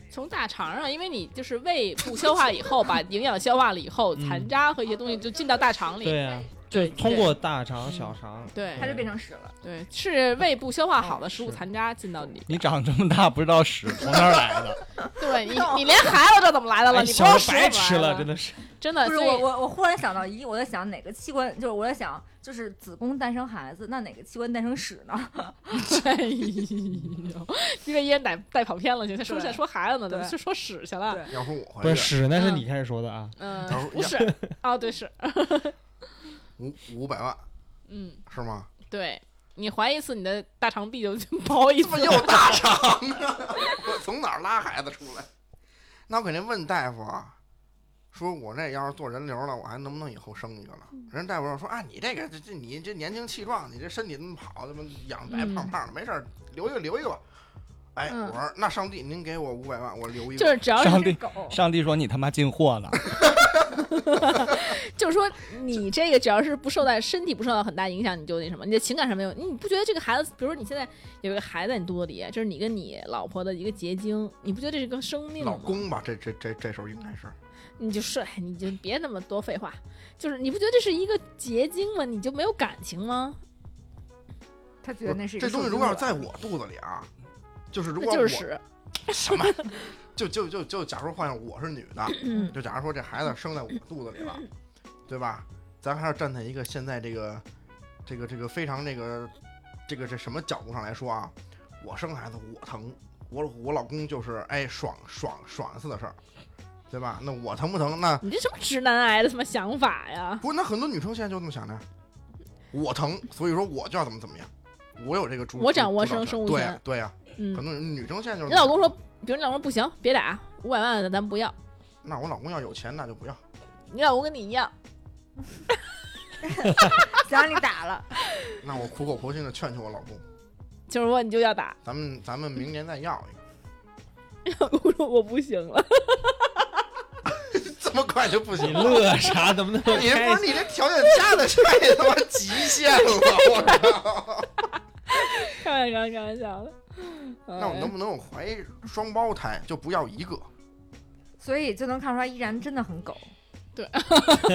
S2: 从大肠上，因为你就是胃不消化以后，把营养消化了以后，残渣和一些东西就进到大肠里。
S4: 对啊，
S2: 对，
S4: 通过大肠、小肠，
S2: 对
S5: 它就变成屎了。
S2: 对是胃部消化好的食物
S4: 哎是
S2: 残渣进到你。
S6: 你长这么大不知道屎从哪儿来的？
S2: 对 你，你连孩子都怎么来的了？
S4: 哎，
S2: 你不
S4: 小
S2: 知道屎
S4: 的
S2: 怎
S4: 白
S2: 么
S4: 吃
S2: 来
S4: 了，
S2: 的
S4: 真的是。
S2: 真的。
S5: 不是
S2: 所
S5: 我
S2: 以
S5: 我我忽然想到一，我在想哪个器官，就是我在想，就是子宫诞生孩子，那哪个器官诞生屎 呢？
S2: 哎呦，这个烟带带跑偏了，行，说
S5: 对
S2: 现说孩子呢，咱们
S5: 对
S2: 就说屎去了。
S5: 对
S3: 要说我怀
S4: 不
S3: 孕
S4: 是，屎，那是
S2: 嗯
S4: 你开始说的啊。
S2: 嗯
S3: 然后，
S2: 不
S3: 呀
S2: 是，哦，对是，
S3: 五五百万
S2: 嗯，
S3: 是吗？
S2: 对你怀一次，你的大肠壁就 薄一
S3: 这么
S2: 次。
S3: 又大肠啊！我 从哪儿拉孩子出来？那我肯定问大夫啊，说我这要是做人流了，我还能不能以后生一个了？人家大夫就说啊，你这个这这你这年轻气壮，你这身体那么好，怎么养白胖胖的，没事儿留一个留一个吧。哎，
S5: 嗯
S3: 我说那上帝，您给我五百万，我留一
S2: 就
S3: 个。
S2: 是只要是
S6: 上帝，
S5: 狗
S6: 上帝说你他妈进货呢，
S2: 就是说你这个只要是不受到身体不受到很大影响，你就那什么，你的情感上没有，你不觉得这个孩子，比如说你现在有一个孩子在你肚子里，这是你跟你老婆的一个结晶，你不觉得这是个生命吗？
S3: 老公吧，这这这这时候应该是
S2: 你就睡，你就别那么多废话，就是你不觉得这是一个结晶吗？你就没有感情吗？
S5: 他觉得那是一个
S3: 这东西，
S5: 受
S3: 如果要
S5: 精
S3: 是在我肚子里啊，就是如
S2: 那
S3: 果
S2: 就
S3: 我
S2: 是屎，
S3: 什么， 就就就就假如换上我是女的，
S2: 嗯，
S3: 就假如说这孩子生在我肚子里了， 对吧？咱还是站在一个现在这个这个这个非常这个这个这什么角度上来说啊，我生孩子我疼，我我老公就是哎爽爽爽一次的事儿，对吧？那我疼不疼？那
S2: 你这什么直男癌的什么想法呀？
S3: 不是那很多女生现在就这么想的，我疼，所以说我就要怎么怎么样，我有这个主
S2: 我掌握
S3: 主导
S2: 生
S3: 权
S2: 生物
S3: 对
S2: 权
S3: 呀对呀、
S2: 嗯
S3: 很，多女生现在就是
S2: 你老公说，比如你老公说不行，别打五百万的，咱不要。
S3: 那我老公要有钱那就不要，
S2: 你老公跟你一样，
S5: 想让你打了，
S3: 那我苦口婆心的劝劝我老公，
S2: 就是说你就要打，
S3: 咱们咱们明年再要一个。
S2: 我说我不行了，
S3: 这么快就不
S4: 你
S3: 行了？
S4: 乐啥？怎么那么
S3: 你
S4: 开
S3: 不
S4: 心
S3: 是你这条件加的太他妈极限了！我靠！
S2: 开玩笑，开玩笑的。
S3: 那我能不能我怀双胞胎就不要一个？
S5: 所以就能看出来依然真的很狗。
S2: 哎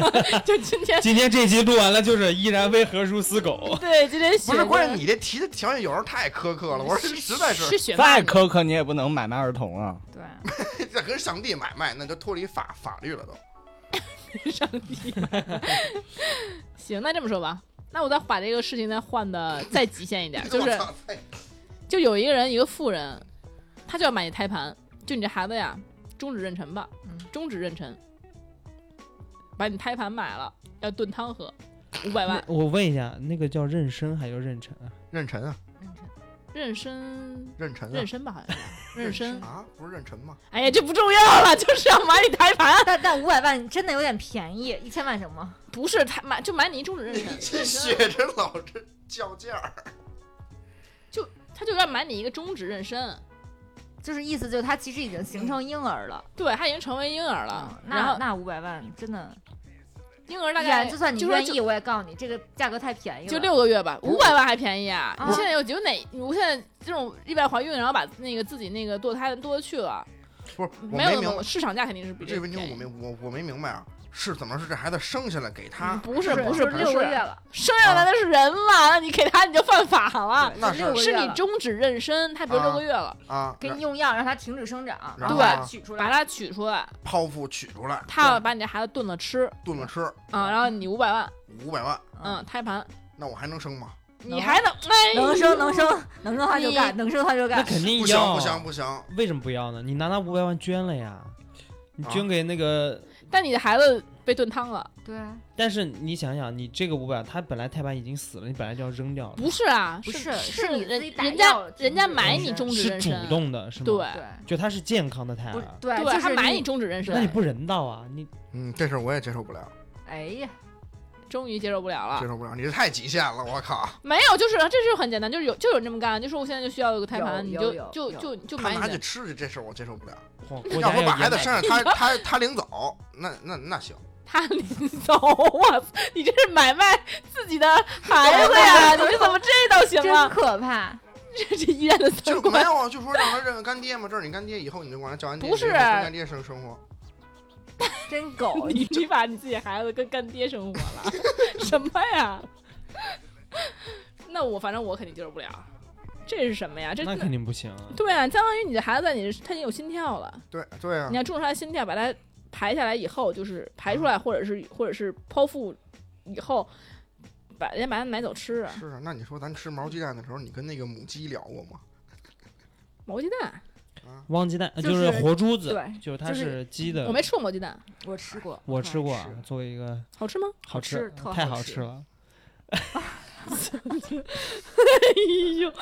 S2: 就今天？
S4: 今天这期录完了，就是依然为何如死 狗。。
S2: 对，今天
S3: 不是，关键你这提的条件有时候太苛刻了，我说实在是
S2: 是学霸
S6: 再
S2: 女，
S6: 苛刻你也不能买卖儿童啊。
S5: 对，
S3: 这跟上帝买卖，那就脱离法法律了都。
S2: 上帝。行，那这么说吧，那我再把这个事情再换的再极限一点，哎就
S3: 我
S2: 是
S3: 操太
S2: 就有一个人，一个富人，他就要买你胎盘，就你这孩子呀，终止妊娠吧
S5: 嗯，
S2: 终止妊娠，把你胎盘买了，要炖汤喝，五百万
S4: 我问一下，那个叫妊娠还叫妊娠啊？
S3: 妊娠啊，
S5: 认真。
S2: 妊娠，
S3: 妊娠
S2: 妊娠
S3: 啊，
S2: 吧，好像是妊娠。
S3: 啊，不是妊娠吗？
S2: 哎呀，这不重要了，就是要买你胎盘，
S5: 但但五百万真的有点便宜，一千万行吗？
S2: 不是他买就买你一终止妊
S3: 你
S2: 娠，
S3: 这
S2: 妊
S3: 学
S2: 娠
S3: 着老这较劲儿，
S2: 他就要买你一个终止妊娠，
S5: 就是意思就是他其实已经形成婴儿了啊
S2: 对他已经成为婴儿了，嗯然
S5: 那
S2: 后
S5: 那五百万真的，
S2: 婴儿大
S5: 依
S2: 概
S5: 然就算你
S2: 就说
S5: 愿
S2: 就
S5: 意，我也告诉你，这个价格太便宜了。
S2: 就六个月吧，五百万还便宜啊！
S5: 啊
S2: 你现在有有哪？我现在这种意外怀孕，然后把那个自己那个堕胎的多了去了，
S3: 不是我
S2: 没有
S3: 没
S2: 那
S3: 明
S2: 么
S3: 白
S2: 市场价肯定是比这
S3: 这个问题，
S2: 便宜
S3: 我没我我没明白啊，是怎么是这孩子生下来给他？
S2: 嗯不是
S5: 就是
S2: 不
S5: 就是是
S2: 不
S5: 六个月
S2: 是
S5: 了，
S2: 生下来的是人嘛？那你给他你就犯法了，
S3: 那
S5: 对
S3: 是
S5: 六个
S2: 是
S5: 月了
S2: 你终止妊娠，他比如六啊个月了，
S3: 啊，
S5: 给你用药让他停止生长，
S3: 然
S2: 后
S5: 把
S2: 啊
S5: 它取出
S2: 把
S5: 来。
S2: 他取出来，
S3: 剖腹取出来，
S2: 他要把你这孩子炖了吃
S3: 炖了吃
S2: 啊，然后你五百万，
S3: 五百万，
S2: 嗯，胎盘，
S3: 那我还能生吗？
S2: 你还能哎
S5: 能生能生能生他就干，
S2: 你
S5: 能生他就
S4: 那
S5: 干。
S4: 肯定
S3: 不行
S4: 要。
S3: 不行不行，
S4: 为什么不要呢？你拿那五百万捐了呀，你
S3: 啊
S4: 捐给那个。
S2: 但你的孩子被炖汤了，
S5: 对，
S4: 但是你想想，你这个五百，他本来胎盘已经死了，你本来就要扔掉了，
S2: 不是啊，
S5: 不
S2: 是
S5: 是是你
S2: 人
S5: 自己打
S2: 人
S5: 药
S2: 家人家
S5: 停止
S2: 买
S4: 妊娠
S2: 你终止
S4: 是
S2: 妊
S4: 主
S2: 娠，
S4: 动的，是吗？
S2: 对，，
S5: 对
S4: 就他是健康的胎
S5: 不
S4: 儿，
S5: 对
S2: 对
S5: 就
S2: 他
S5: 是
S2: 买你终止妊
S4: 那你
S2: 娠，
S4: 不人道啊！你
S3: 嗯，这事儿我也接受不了，
S5: 哎呀，
S2: 终于接受不了了
S3: 接。受不了，你这太极限了，我靠！
S2: 没有，就是这就是很简单，就是有就有人这么干，就说我现在就需要有个胎盘，
S5: 有
S2: 你
S5: 有
S2: 就
S5: 有
S2: 就就
S5: 有
S2: 就
S3: 他
S2: 买
S3: 拿
S2: 你
S3: 去
S2: 的。
S3: 吃去，这事儿我接受不了。
S4: 嚯国
S3: 要
S4: 家
S3: 说把孩
S4: 严
S3: 子
S4: 打
S3: 生下他他他领走，那那 那行，
S2: 他临走，我操！你这是买卖自己的孩子呀？你这怎么这倒行
S5: 真
S2: 啊？
S5: 可怕！
S2: 这这医院的
S3: 就
S2: 三
S3: 是没
S2: 观，
S3: 有啊，就说让他认个干爹嘛，这是你干爹，以后你就管他叫干爹，
S2: 不是
S3: 你就跟干爹生生活。
S5: 真 狗，
S2: 你你把你自己孩子跟干爹生活了， 什么呀？ 那我反正我肯定接受不了，这是什么呀？这
S4: 那肯定不行啊！
S2: 对啊，相当于你的孩子在你这他已经有心跳了。
S3: 对对啊
S2: 你，要种出来心跳，把它排下来以后，就是排
S3: 啊
S2: 出来，或者是或者是剖腹以后，把人家把它买走吃啊，
S3: 是啊，那你说咱吃毛鸡蛋的时候，你跟那个母鸡聊过吗？
S2: 毛鸡蛋，
S3: 啊，
S4: 汪鸡蛋呃
S5: 就
S4: 就是
S5: 是
S4: 活珠子，
S5: 对
S4: 就是它
S5: 就是
S4: 是鸡的。
S2: 我没吃过毛鸡蛋，
S5: 我吃过，
S4: 我吃过
S5: 好
S4: 啊
S5: 吃，
S4: 作为一个
S2: 好吃吗？
S4: 好
S5: 吃
S4: 吃
S5: 特，
S4: 太
S5: 好
S4: 好
S5: 吃
S4: 吃了。
S2: 哎呦，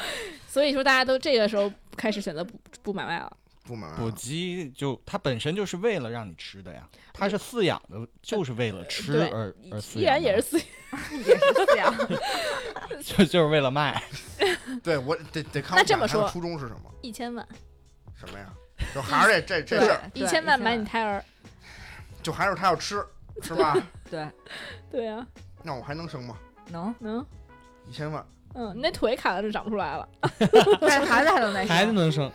S2: 所以说大家都这个时候开始选择不不买卖了，
S3: 不啊买
S2: 啊
S6: 母鸡就它本身就是为了让你吃的呀，它是饲养的，就是为了吃
S2: 呃对
S6: 而而饲
S2: 依然
S6: 养的，
S2: 也是四，
S5: 嗯也是这样。
S6: 就就是为了卖。
S3: 对我得得看
S2: 那
S3: 我
S2: 这
S3: 买
S2: 么
S3: 它的
S2: 说
S3: 初衷是什么？
S2: 一千万，
S3: 什么呀？就还是这这这
S5: 对
S3: 事儿，
S5: 对
S2: 一千万买你胎儿，
S3: 就还是他要吃，是吧？
S7: 对，
S2: 对呀、
S3: 那我还能生吗？
S7: 能
S2: 能，
S3: 一千万，
S2: 嗯，你那腿砍了就长不出来了，
S5: 但是孩子还能再
S4: 孩子
S5: 生，
S4: 能生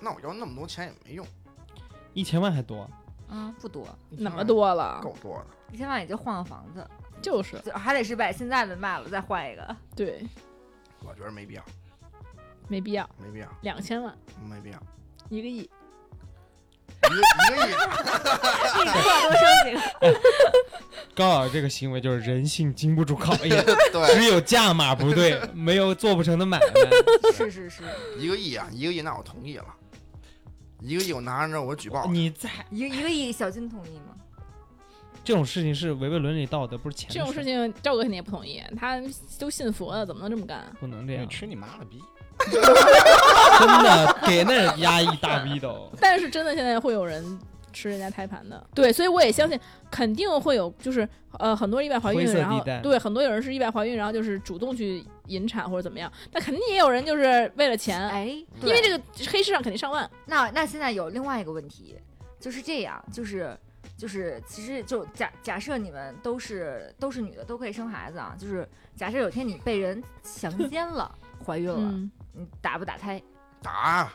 S3: 那我要那么多钱也没用，
S4: 一千万还多，
S5: 嗯，不多，
S2: 哪么多了？
S3: 够多的。
S5: 一千万也就换个房子，
S2: 就是
S5: 就还得是把现在的卖了再换 一个。
S2: 对，
S3: 我觉得没必要，
S2: 没必要，
S3: 没必要，
S2: 两千万，
S3: 没必要。
S2: 一个亿，
S3: 一个一个亿，啊
S5: 立刻多 生几个，
S4: 高老师这个行为就是人性经不住考 验，
S3: 对，
S4: 只有价码不对，没有做不成的买卖。
S5: 是是是，
S3: 一个亿啊，一个亿，那我同意了。一个亿，我拿着我举报。
S4: 你在
S5: 一一个亿，小金同意吗？
S4: 这种事情是违背伦理道德，不是钱的
S2: 这种事情赵哥肯定也不同意，他都信佛的，怎么能这么干啊、
S4: 不能这
S6: 你
S4: 样，
S6: 吃你妈了逼！
S4: 真的给那人压一大逼斗。
S2: 但是真的现在会有人吃人家胎盘的，对，所以我也相信肯定会有，就是呃很多意外怀
S4: 灰
S2: 孕，
S4: 色
S2: 然后
S4: 地带
S2: 对很多有人是意外怀孕，然后就是主动去引产或者怎么样，那肯定也有人就是为了钱，
S5: 哎，
S3: 因
S2: 因为这个黑市场肯定上万，
S5: 那那现在有另外一个问题，就是这样，就是就是其实就假假设你们都是都是女的，都可以生孩子啊，就是假设有天你被人强奸了，怀孕了，
S2: 嗯，
S5: 你打不打胎？
S3: 打啊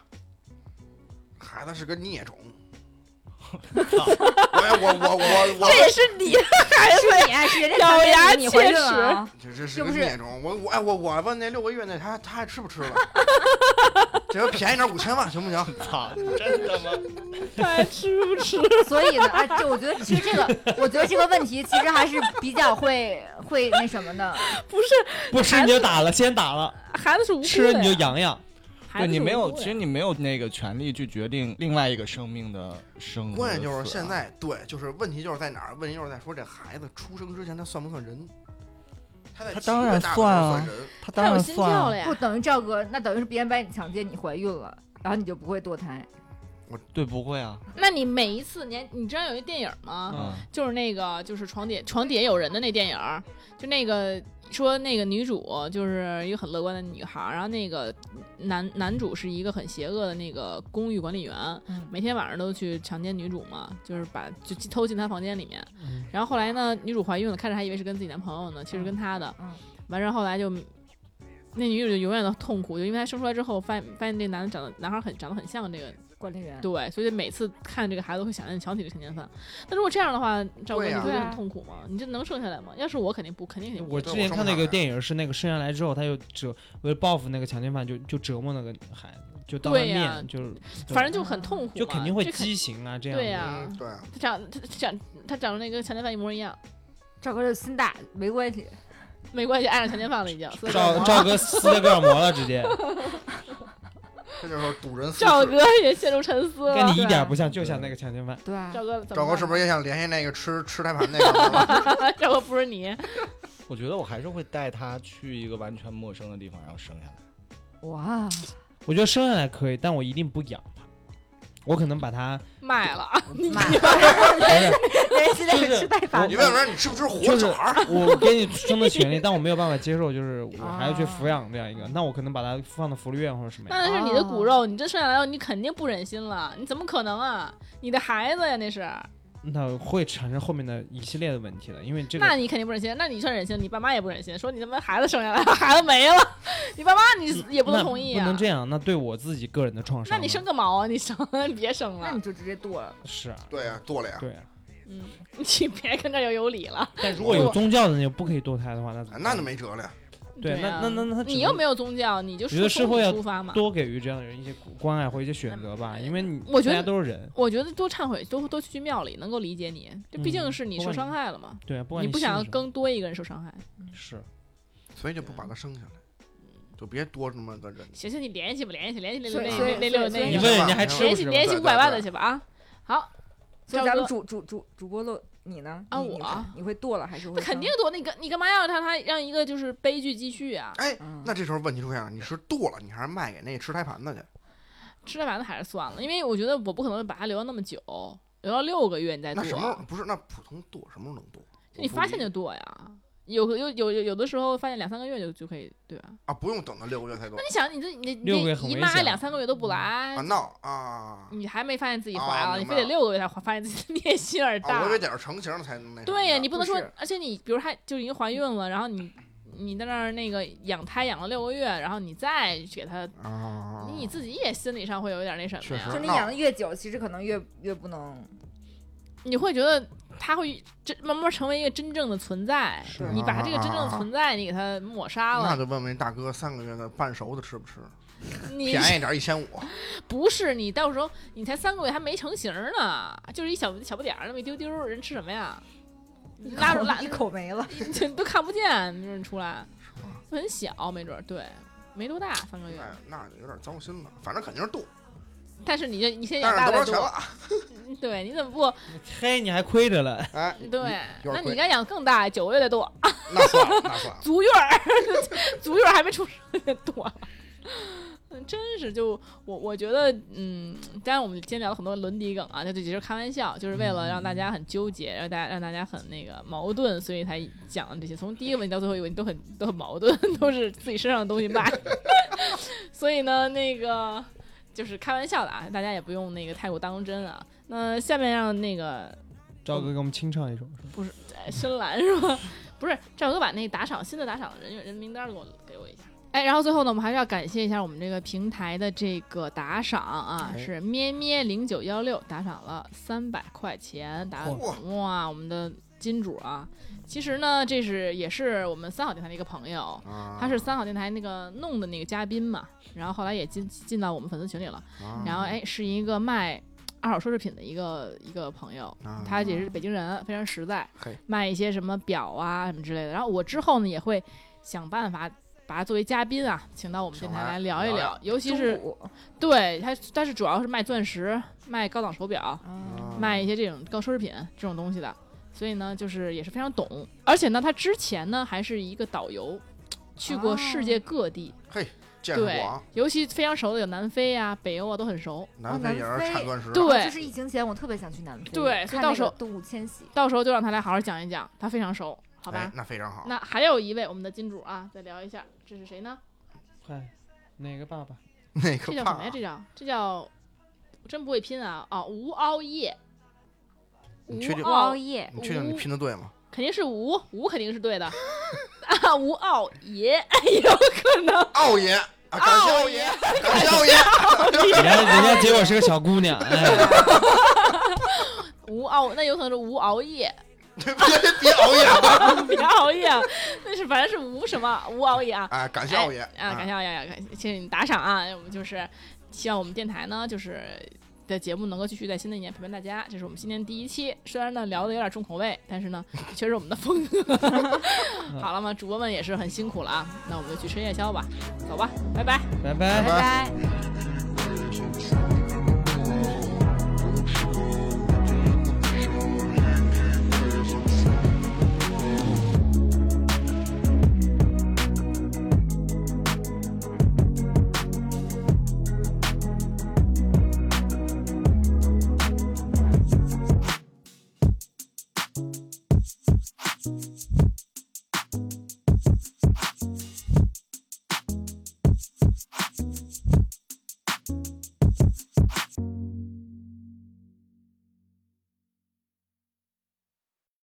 S3: 孩子是个孽 种。哎，我我我我，
S2: 这也是你 的孩子哎呀，
S5: 是你啊是人家强
S2: 咬牙
S5: 奸你，你怀
S2: 切
S5: 孕了啊，
S3: 这这是
S5: 又
S3: 个
S5: 不是
S3: 孽种。我我哎我我问那六个月那他他还吃不 吃了？这要便宜点五千万行不行？
S6: 操，真的吗？
S2: 还吃不吃？
S5: 所以呢，啊，这我觉得其实这个，我觉得这个问题其实还是比较会会那什么的，
S2: 不是，
S4: 不吃你就打了，先打了，
S2: 孩子是无辜的
S4: 吃
S2: 呀
S4: 你就，养养。
S2: 孩
S6: 对
S2: 子
S6: 你
S2: 是
S6: 没
S2: 无
S6: 有，
S2: 辜的
S6: 其实你没有那个权利去决定另外一个生命的生和死啊。
S3: 关键就是现在对，就是问题就是在哪儿？问题就是在说这孩子出生之前他算不算人？他在
S6: 他
S3: 七
S6: 当
S3: 个大的
S6: 然
S3: 时候
S6: 算啊
S3: 算人。
S6: 他当
S2: 他有
S6: 然
S2: 心跳
S6: 算
S2: 了
S6: 了，
S2: 呀
S5: 不，等于赵哥，那等于是别人把你强奸，你怀孕了，然后你就不会堕胎。
S6: 对，不会啊，
S2: 那你每一次你还你知道有一电影吗？
S4: 嗯
S6: 嗯
S2: 就是那个就是床底床底下有人的那电影儿，就那个说那个女主就是一个很乐观的女孩儿，然后那个男男主是一个很邪恶的那个公寓管理员，
S5: 嗯，
S2: 每天晚上都去强奸女主嘛，就是把就偷进她房间里面，
S4: 嗯
S2: 然后后来呢，女主怀孕了，开始还以为是跟自己男朋友呢，其实跟她的，
S5: 嗯
S2: 完事儿后来就。那女主就永远的痛苦，就因为她生出来之后，发现发现这男的长得男孩儿很长得很像这个
S5: 管理员，
S2: 对，所以每次看这个孩子都会想念想起这个强奸犯。那如果这样的话，赵哥，
S3: 对
S2: 你
S3: 呀
S2: 会觉得
S5: 对啊
S2: 很痛苦吗？你这能生下来吗？要是我，肯定不，肯定肯定不
S4: 我之前看到一个电影，是那个生下来之后，他就折为了报复那个强奸犯，就就折磨那个孩子，就当着
S2: 对呀
S4: 面，就是
S2: 反正就很痛苦嘛，
S4: 就肯定会
S2: 这肯
S4: 畸形啊，这样
S2: 对呀、
S3: 嗯，对，
S2: 他长他他长他长得那个强奸犯一模一样，
S5: 赵哥就心大，没关系。
S2: 没关系，爱上强奸犯了已经。所以
S4: 赵赵哥撕了个耳膜了，直接
S3: 这就是堵人私
S2: 赵
S3: 事。
S2: 哥也陷入沉思
S4: 跟
S2: 了。
S4: 你一点不像，就像那个强奸犯。
S5: 对啊，
S2: 赵哥怎么办？啊
S3: 赵哥是不是也想联系那个吃吃 胎盘那个？
S2: 赵哥不是你？
S6: 我觉得我还是会带他去一个完全陌生的地方，然后生下来。
S5: 哇，
S4: 我觉得生下来可以，但我一定不养他，我可能把他
S2: 卖 了，
S4: 不是
S5: 人现在是吃代
S4: 我
S5: 饭
S3: 你问问你吃不吃活
S4: 就是
S3: 小孩儿？
S4: 我给你生的权利，但我没有办法接受，就是我还要去抚养这样一个，那我可能把他放到福利院或者什么样。
S2: 啊那是你的骨肉，你这生下来后，你肯定不忍心了，你怎么可能啊？你的孩子呀，那是，
S4: 那会产生后面的一系列的问题了，因为这个
S2: 那你肯定不忍心，那你算忍心，你爸妈也不忍心，说你他妈孩子生下来了， 孩子没了，你爸妈你也不能
S4: 嗯那
S2: 同意
S4: 不
S2: 啊
S4: 能。这样，那对我自己个人的创伤
S2: 那
S4: 呢。
S2: 你生个毛啊！你生， 你别生
S5: 那
S2: 了
S5: 你，就直接剁了。
S4: 是啊，
S3: 对呀，剁了呀。
S4: 对啊。
S2: 嗯，你别跟这儿又有理了。
S4: 但如果有宗教的那就不可以堕胎的话，那怎么办
S3: 那就没辙了呀。
S4: 对
S2: 啊
S4: 那那那那只
S2: 你又没有宗教，你就
S4: 觉
S2: 说
S4: 得社会要
S2: 出发嘛。
S4: 多给予这样的人一些关爱或一些选择吧，因为你
S2: 我觉得
S4: 大家都是人，
S2: 我觉得多忏悔，多多去庙里，能够理解你。这毕竟
S4: 嗯
S2: 是你
S4: 不
S2: 受
S4: 管
S2: 伤
S4: 你
S2: 害了嘛，
S4: 对啊，不管
S2: 你不想要
S4: 要
S2: 更多一个人受伤害。
S4: 是
S3: 所以就不把他生下来，就别多这么个人。
S2: 嗯行行，你联系吧，联系联系那
S5: 所以
S2: 那
S5: 所以
S2: 那那
S5: 所以
S2: 那
S4: 你
S2: 那
S4: 问
S2: 个，
S4: 人家还吃
S2: 联
S4: 不
S2: 系
S4: 吃吧？
S2: 联系
S3: 对
S2: 五百万的
S3: 对
S2: 去吧啊。好，
S5: 所以
S2: 赵
S5: 咱
S2: 哥
S5: 们主主主主播漏你呢？
S2: 啊
S5: 你
S2: 我
S5: 你看你会剁了还是会？
S2: 肯定。多，那个你干嘛要让他让一个就是悲剧继续啊？
S3: 哎，
S5: 嗯，
S3: 那这时候问题出现了，你是剁了，你还是卖给那吃胎盘的去？
S2: 吃了完了还是算了，因为我觉得我不可能把它留到那么久，留到六个月你再
S3: 那
S2: 哎剁。
S3: 什么不是？那普通剁什么时候能剁？
S2: 就你发现就剁呀，有有有有有的时候发现两三个月就就可以，对吧？
S3: 啊，不用等到六个月才动
S2: 那你想，你这你
S4: 六个
S2: 你
S4: 月
S2: 这
S4: 很
S2: 姨
S4: 危
S2: 妈
S4: 险啊
S2: 两三个月都不来
S3: 啊，，闹啊
S2: 你还没发现自己
S3: 啊
S2: 怀了，你
S3: 明
S2: 非得
S3: 白了
S2: 六个月才发现自己的念心儿
S3: 啊！
S2: 大
S3: 我以。为得嗯是成型了才能那什 么
S2: 对呀，
S3: 呢
S2: 你不能
S5: 不
S2: 说
S5: 是，
S2: 而且你比如还就已经怀孕了，然后你你在那儿那个养胎养了六个月，然后你再给他，
S3: 啊，
S2: 你自己也心理上会有一点那什
S3: 确
S2: 么呀
S3: 实
S5: 就，你
S3: 那
S5: 养的越久，其实可能越越不能。
S2: 你会觉得他会这慢慢成为一个真正的存在，
S3: 是
S2: 你把这个真正的
S3: 啊
S2: 存在你给它抹杀
S3: 那
S2: 了，
S3: 就问问大哥三个月的半熟的吃不吃，
S2: 你
S3: 便宜点一千五，
S2: 不是你到时候你才三个月还没成型呢，就是一小小不点儿那么一丢丢，人吃什么呀？ 拉住拉
S5: 一口没了，
S2: 你都看不见，没准出来，很小，没准儿对，没多大，三个月。
S3: 那哎那就有点糟心了。反正肯定是剁，
S2: 但是你就你先
S3: 但
S2: 养大再
S3: 是多少钱
S2: 多，
S3: 了？
S2: 对，你怎么不
S4: 嘿，你还亏着了，
S3: 哎，
S2: 对？
S3: 有点
S2: 那你
S3: 贵
S2: 应该养更大，九个月再多，
S3: 那算了，那 算了。
S2: 足月儿，足月儿还没出生就多。嗯，真是就我我觉得，嗯，当然我们今天聊了很多伦理梗啊，这就只是开玩笑，就是为了让大家很纠结，让大家让大家很那个矛盾，所以才讲这些。从第一个问题到最后一个问题都很都很矛盾， 都是自己身上的东西吧。 所以呢，那个就是开玩笑的啊，大家也不用那个太过当真啊。那下面让那个
S4: 赵哥给我们清唱一首，
S2: 哎 深蓝是吧？不是，赵哥把那打赏新的打赏人员人名单儿给我给我一下。哎，然后最后呢，我们还是要感谢一下我们这个平台的这个打赏啊，
S3: 哎
S2: 是咩咩零九幺六打赏了三百块钱，打哇，我们的金主啊，其实呢，这是也是我们三好电台的一个朋友，
S3: 啊
S2: 他是三好电台那个弄的那个嘉宾嘛，然后后来也进进到我们粉丝群里了，
S3: 啊
S2: 然后哎，是一个卖二手奢侈品的一个一个朋友，
S3: 啊
S2: 他也是北京人，非常实在
S3: 嘿，
S2: 卖一些什么表啊什么之类的。然后我之后呢也会想办法把他作为嘉宾啊，请到我们电台
S3: 请来
S2: 来聊一
S3: 聊
S2: 聊，尤 其
S5: 中
S2: 是
S5: 午
S2: 对他，但是主要是卖钻石、卖高档手表、
S5: 啊，
S3: 啊
S2: 卖一些这种高奢侈品这种东西的。所以呢，就是也是非常懂，而且呢，他之前呢还是一个导游，去过世界各地，
S3: 啊见识
S2: 对哦
S3: 广，，
S2: 尤其非常熟的有南非啊、北欧啊都很熟。
S3: 南非也
S5: 南
S3: 是
S5: 非
S3: 产钻石，
S2: 对
S5: 啊就是疫情前我特别想去南非，
S2: 对所以
S5: 看
S2: 到
S5: 那
S2: 时
S5: 个
S2: 候
S5: 动物迁徙。
S2: 到时候就让他来好好讲一讲，他非常熟，好吧？
S3: 哎，那非常好。
S2: 那还有一位我们的金主啊，再聊一下，这是谁呢？
S4: 快，哪个爸爸？
S2: 这
S3: 那个啊
S2: 叫什
S3: 怕
S2: 么呀？这叫这叫，我真不会拼啊！啊，吴熬夜，
S3: 你确定
S2: 吴
S5: 不
S2: 熬
S5: 熬夜，
S3: 你确定你拼的对吗？
S2: 肯定是吴，吴肯定是 对的啊，吴熬夜也有可能，
S3: 奥爷，啊感谢奥爷，感谢奥爷，
S4: 人家人家结果是个小姑娘，哎，
S2: 吴熬那有可能是吴熬 夜，
S3: 别别熬夜啊！
S2: 别熬夜，那是反正是吴什么吴熬夜啊，
S3: 哎，感谢奥爷
S2: 啊，感谢奥爷，感谢谢谢你打赏啊！我们就是希望我们电台呢，就是的节目能够继续在新的一年陪伴大家。这是我们新年第一期，虽然呢聊的有点重口味，但是呢，的确是我们的风格。好了嘛，主播们也是很辛苦了啊，那我们就去吃夜宵吧，走吧，拜拜。
S4: 拜拜
S5: 拜。拜。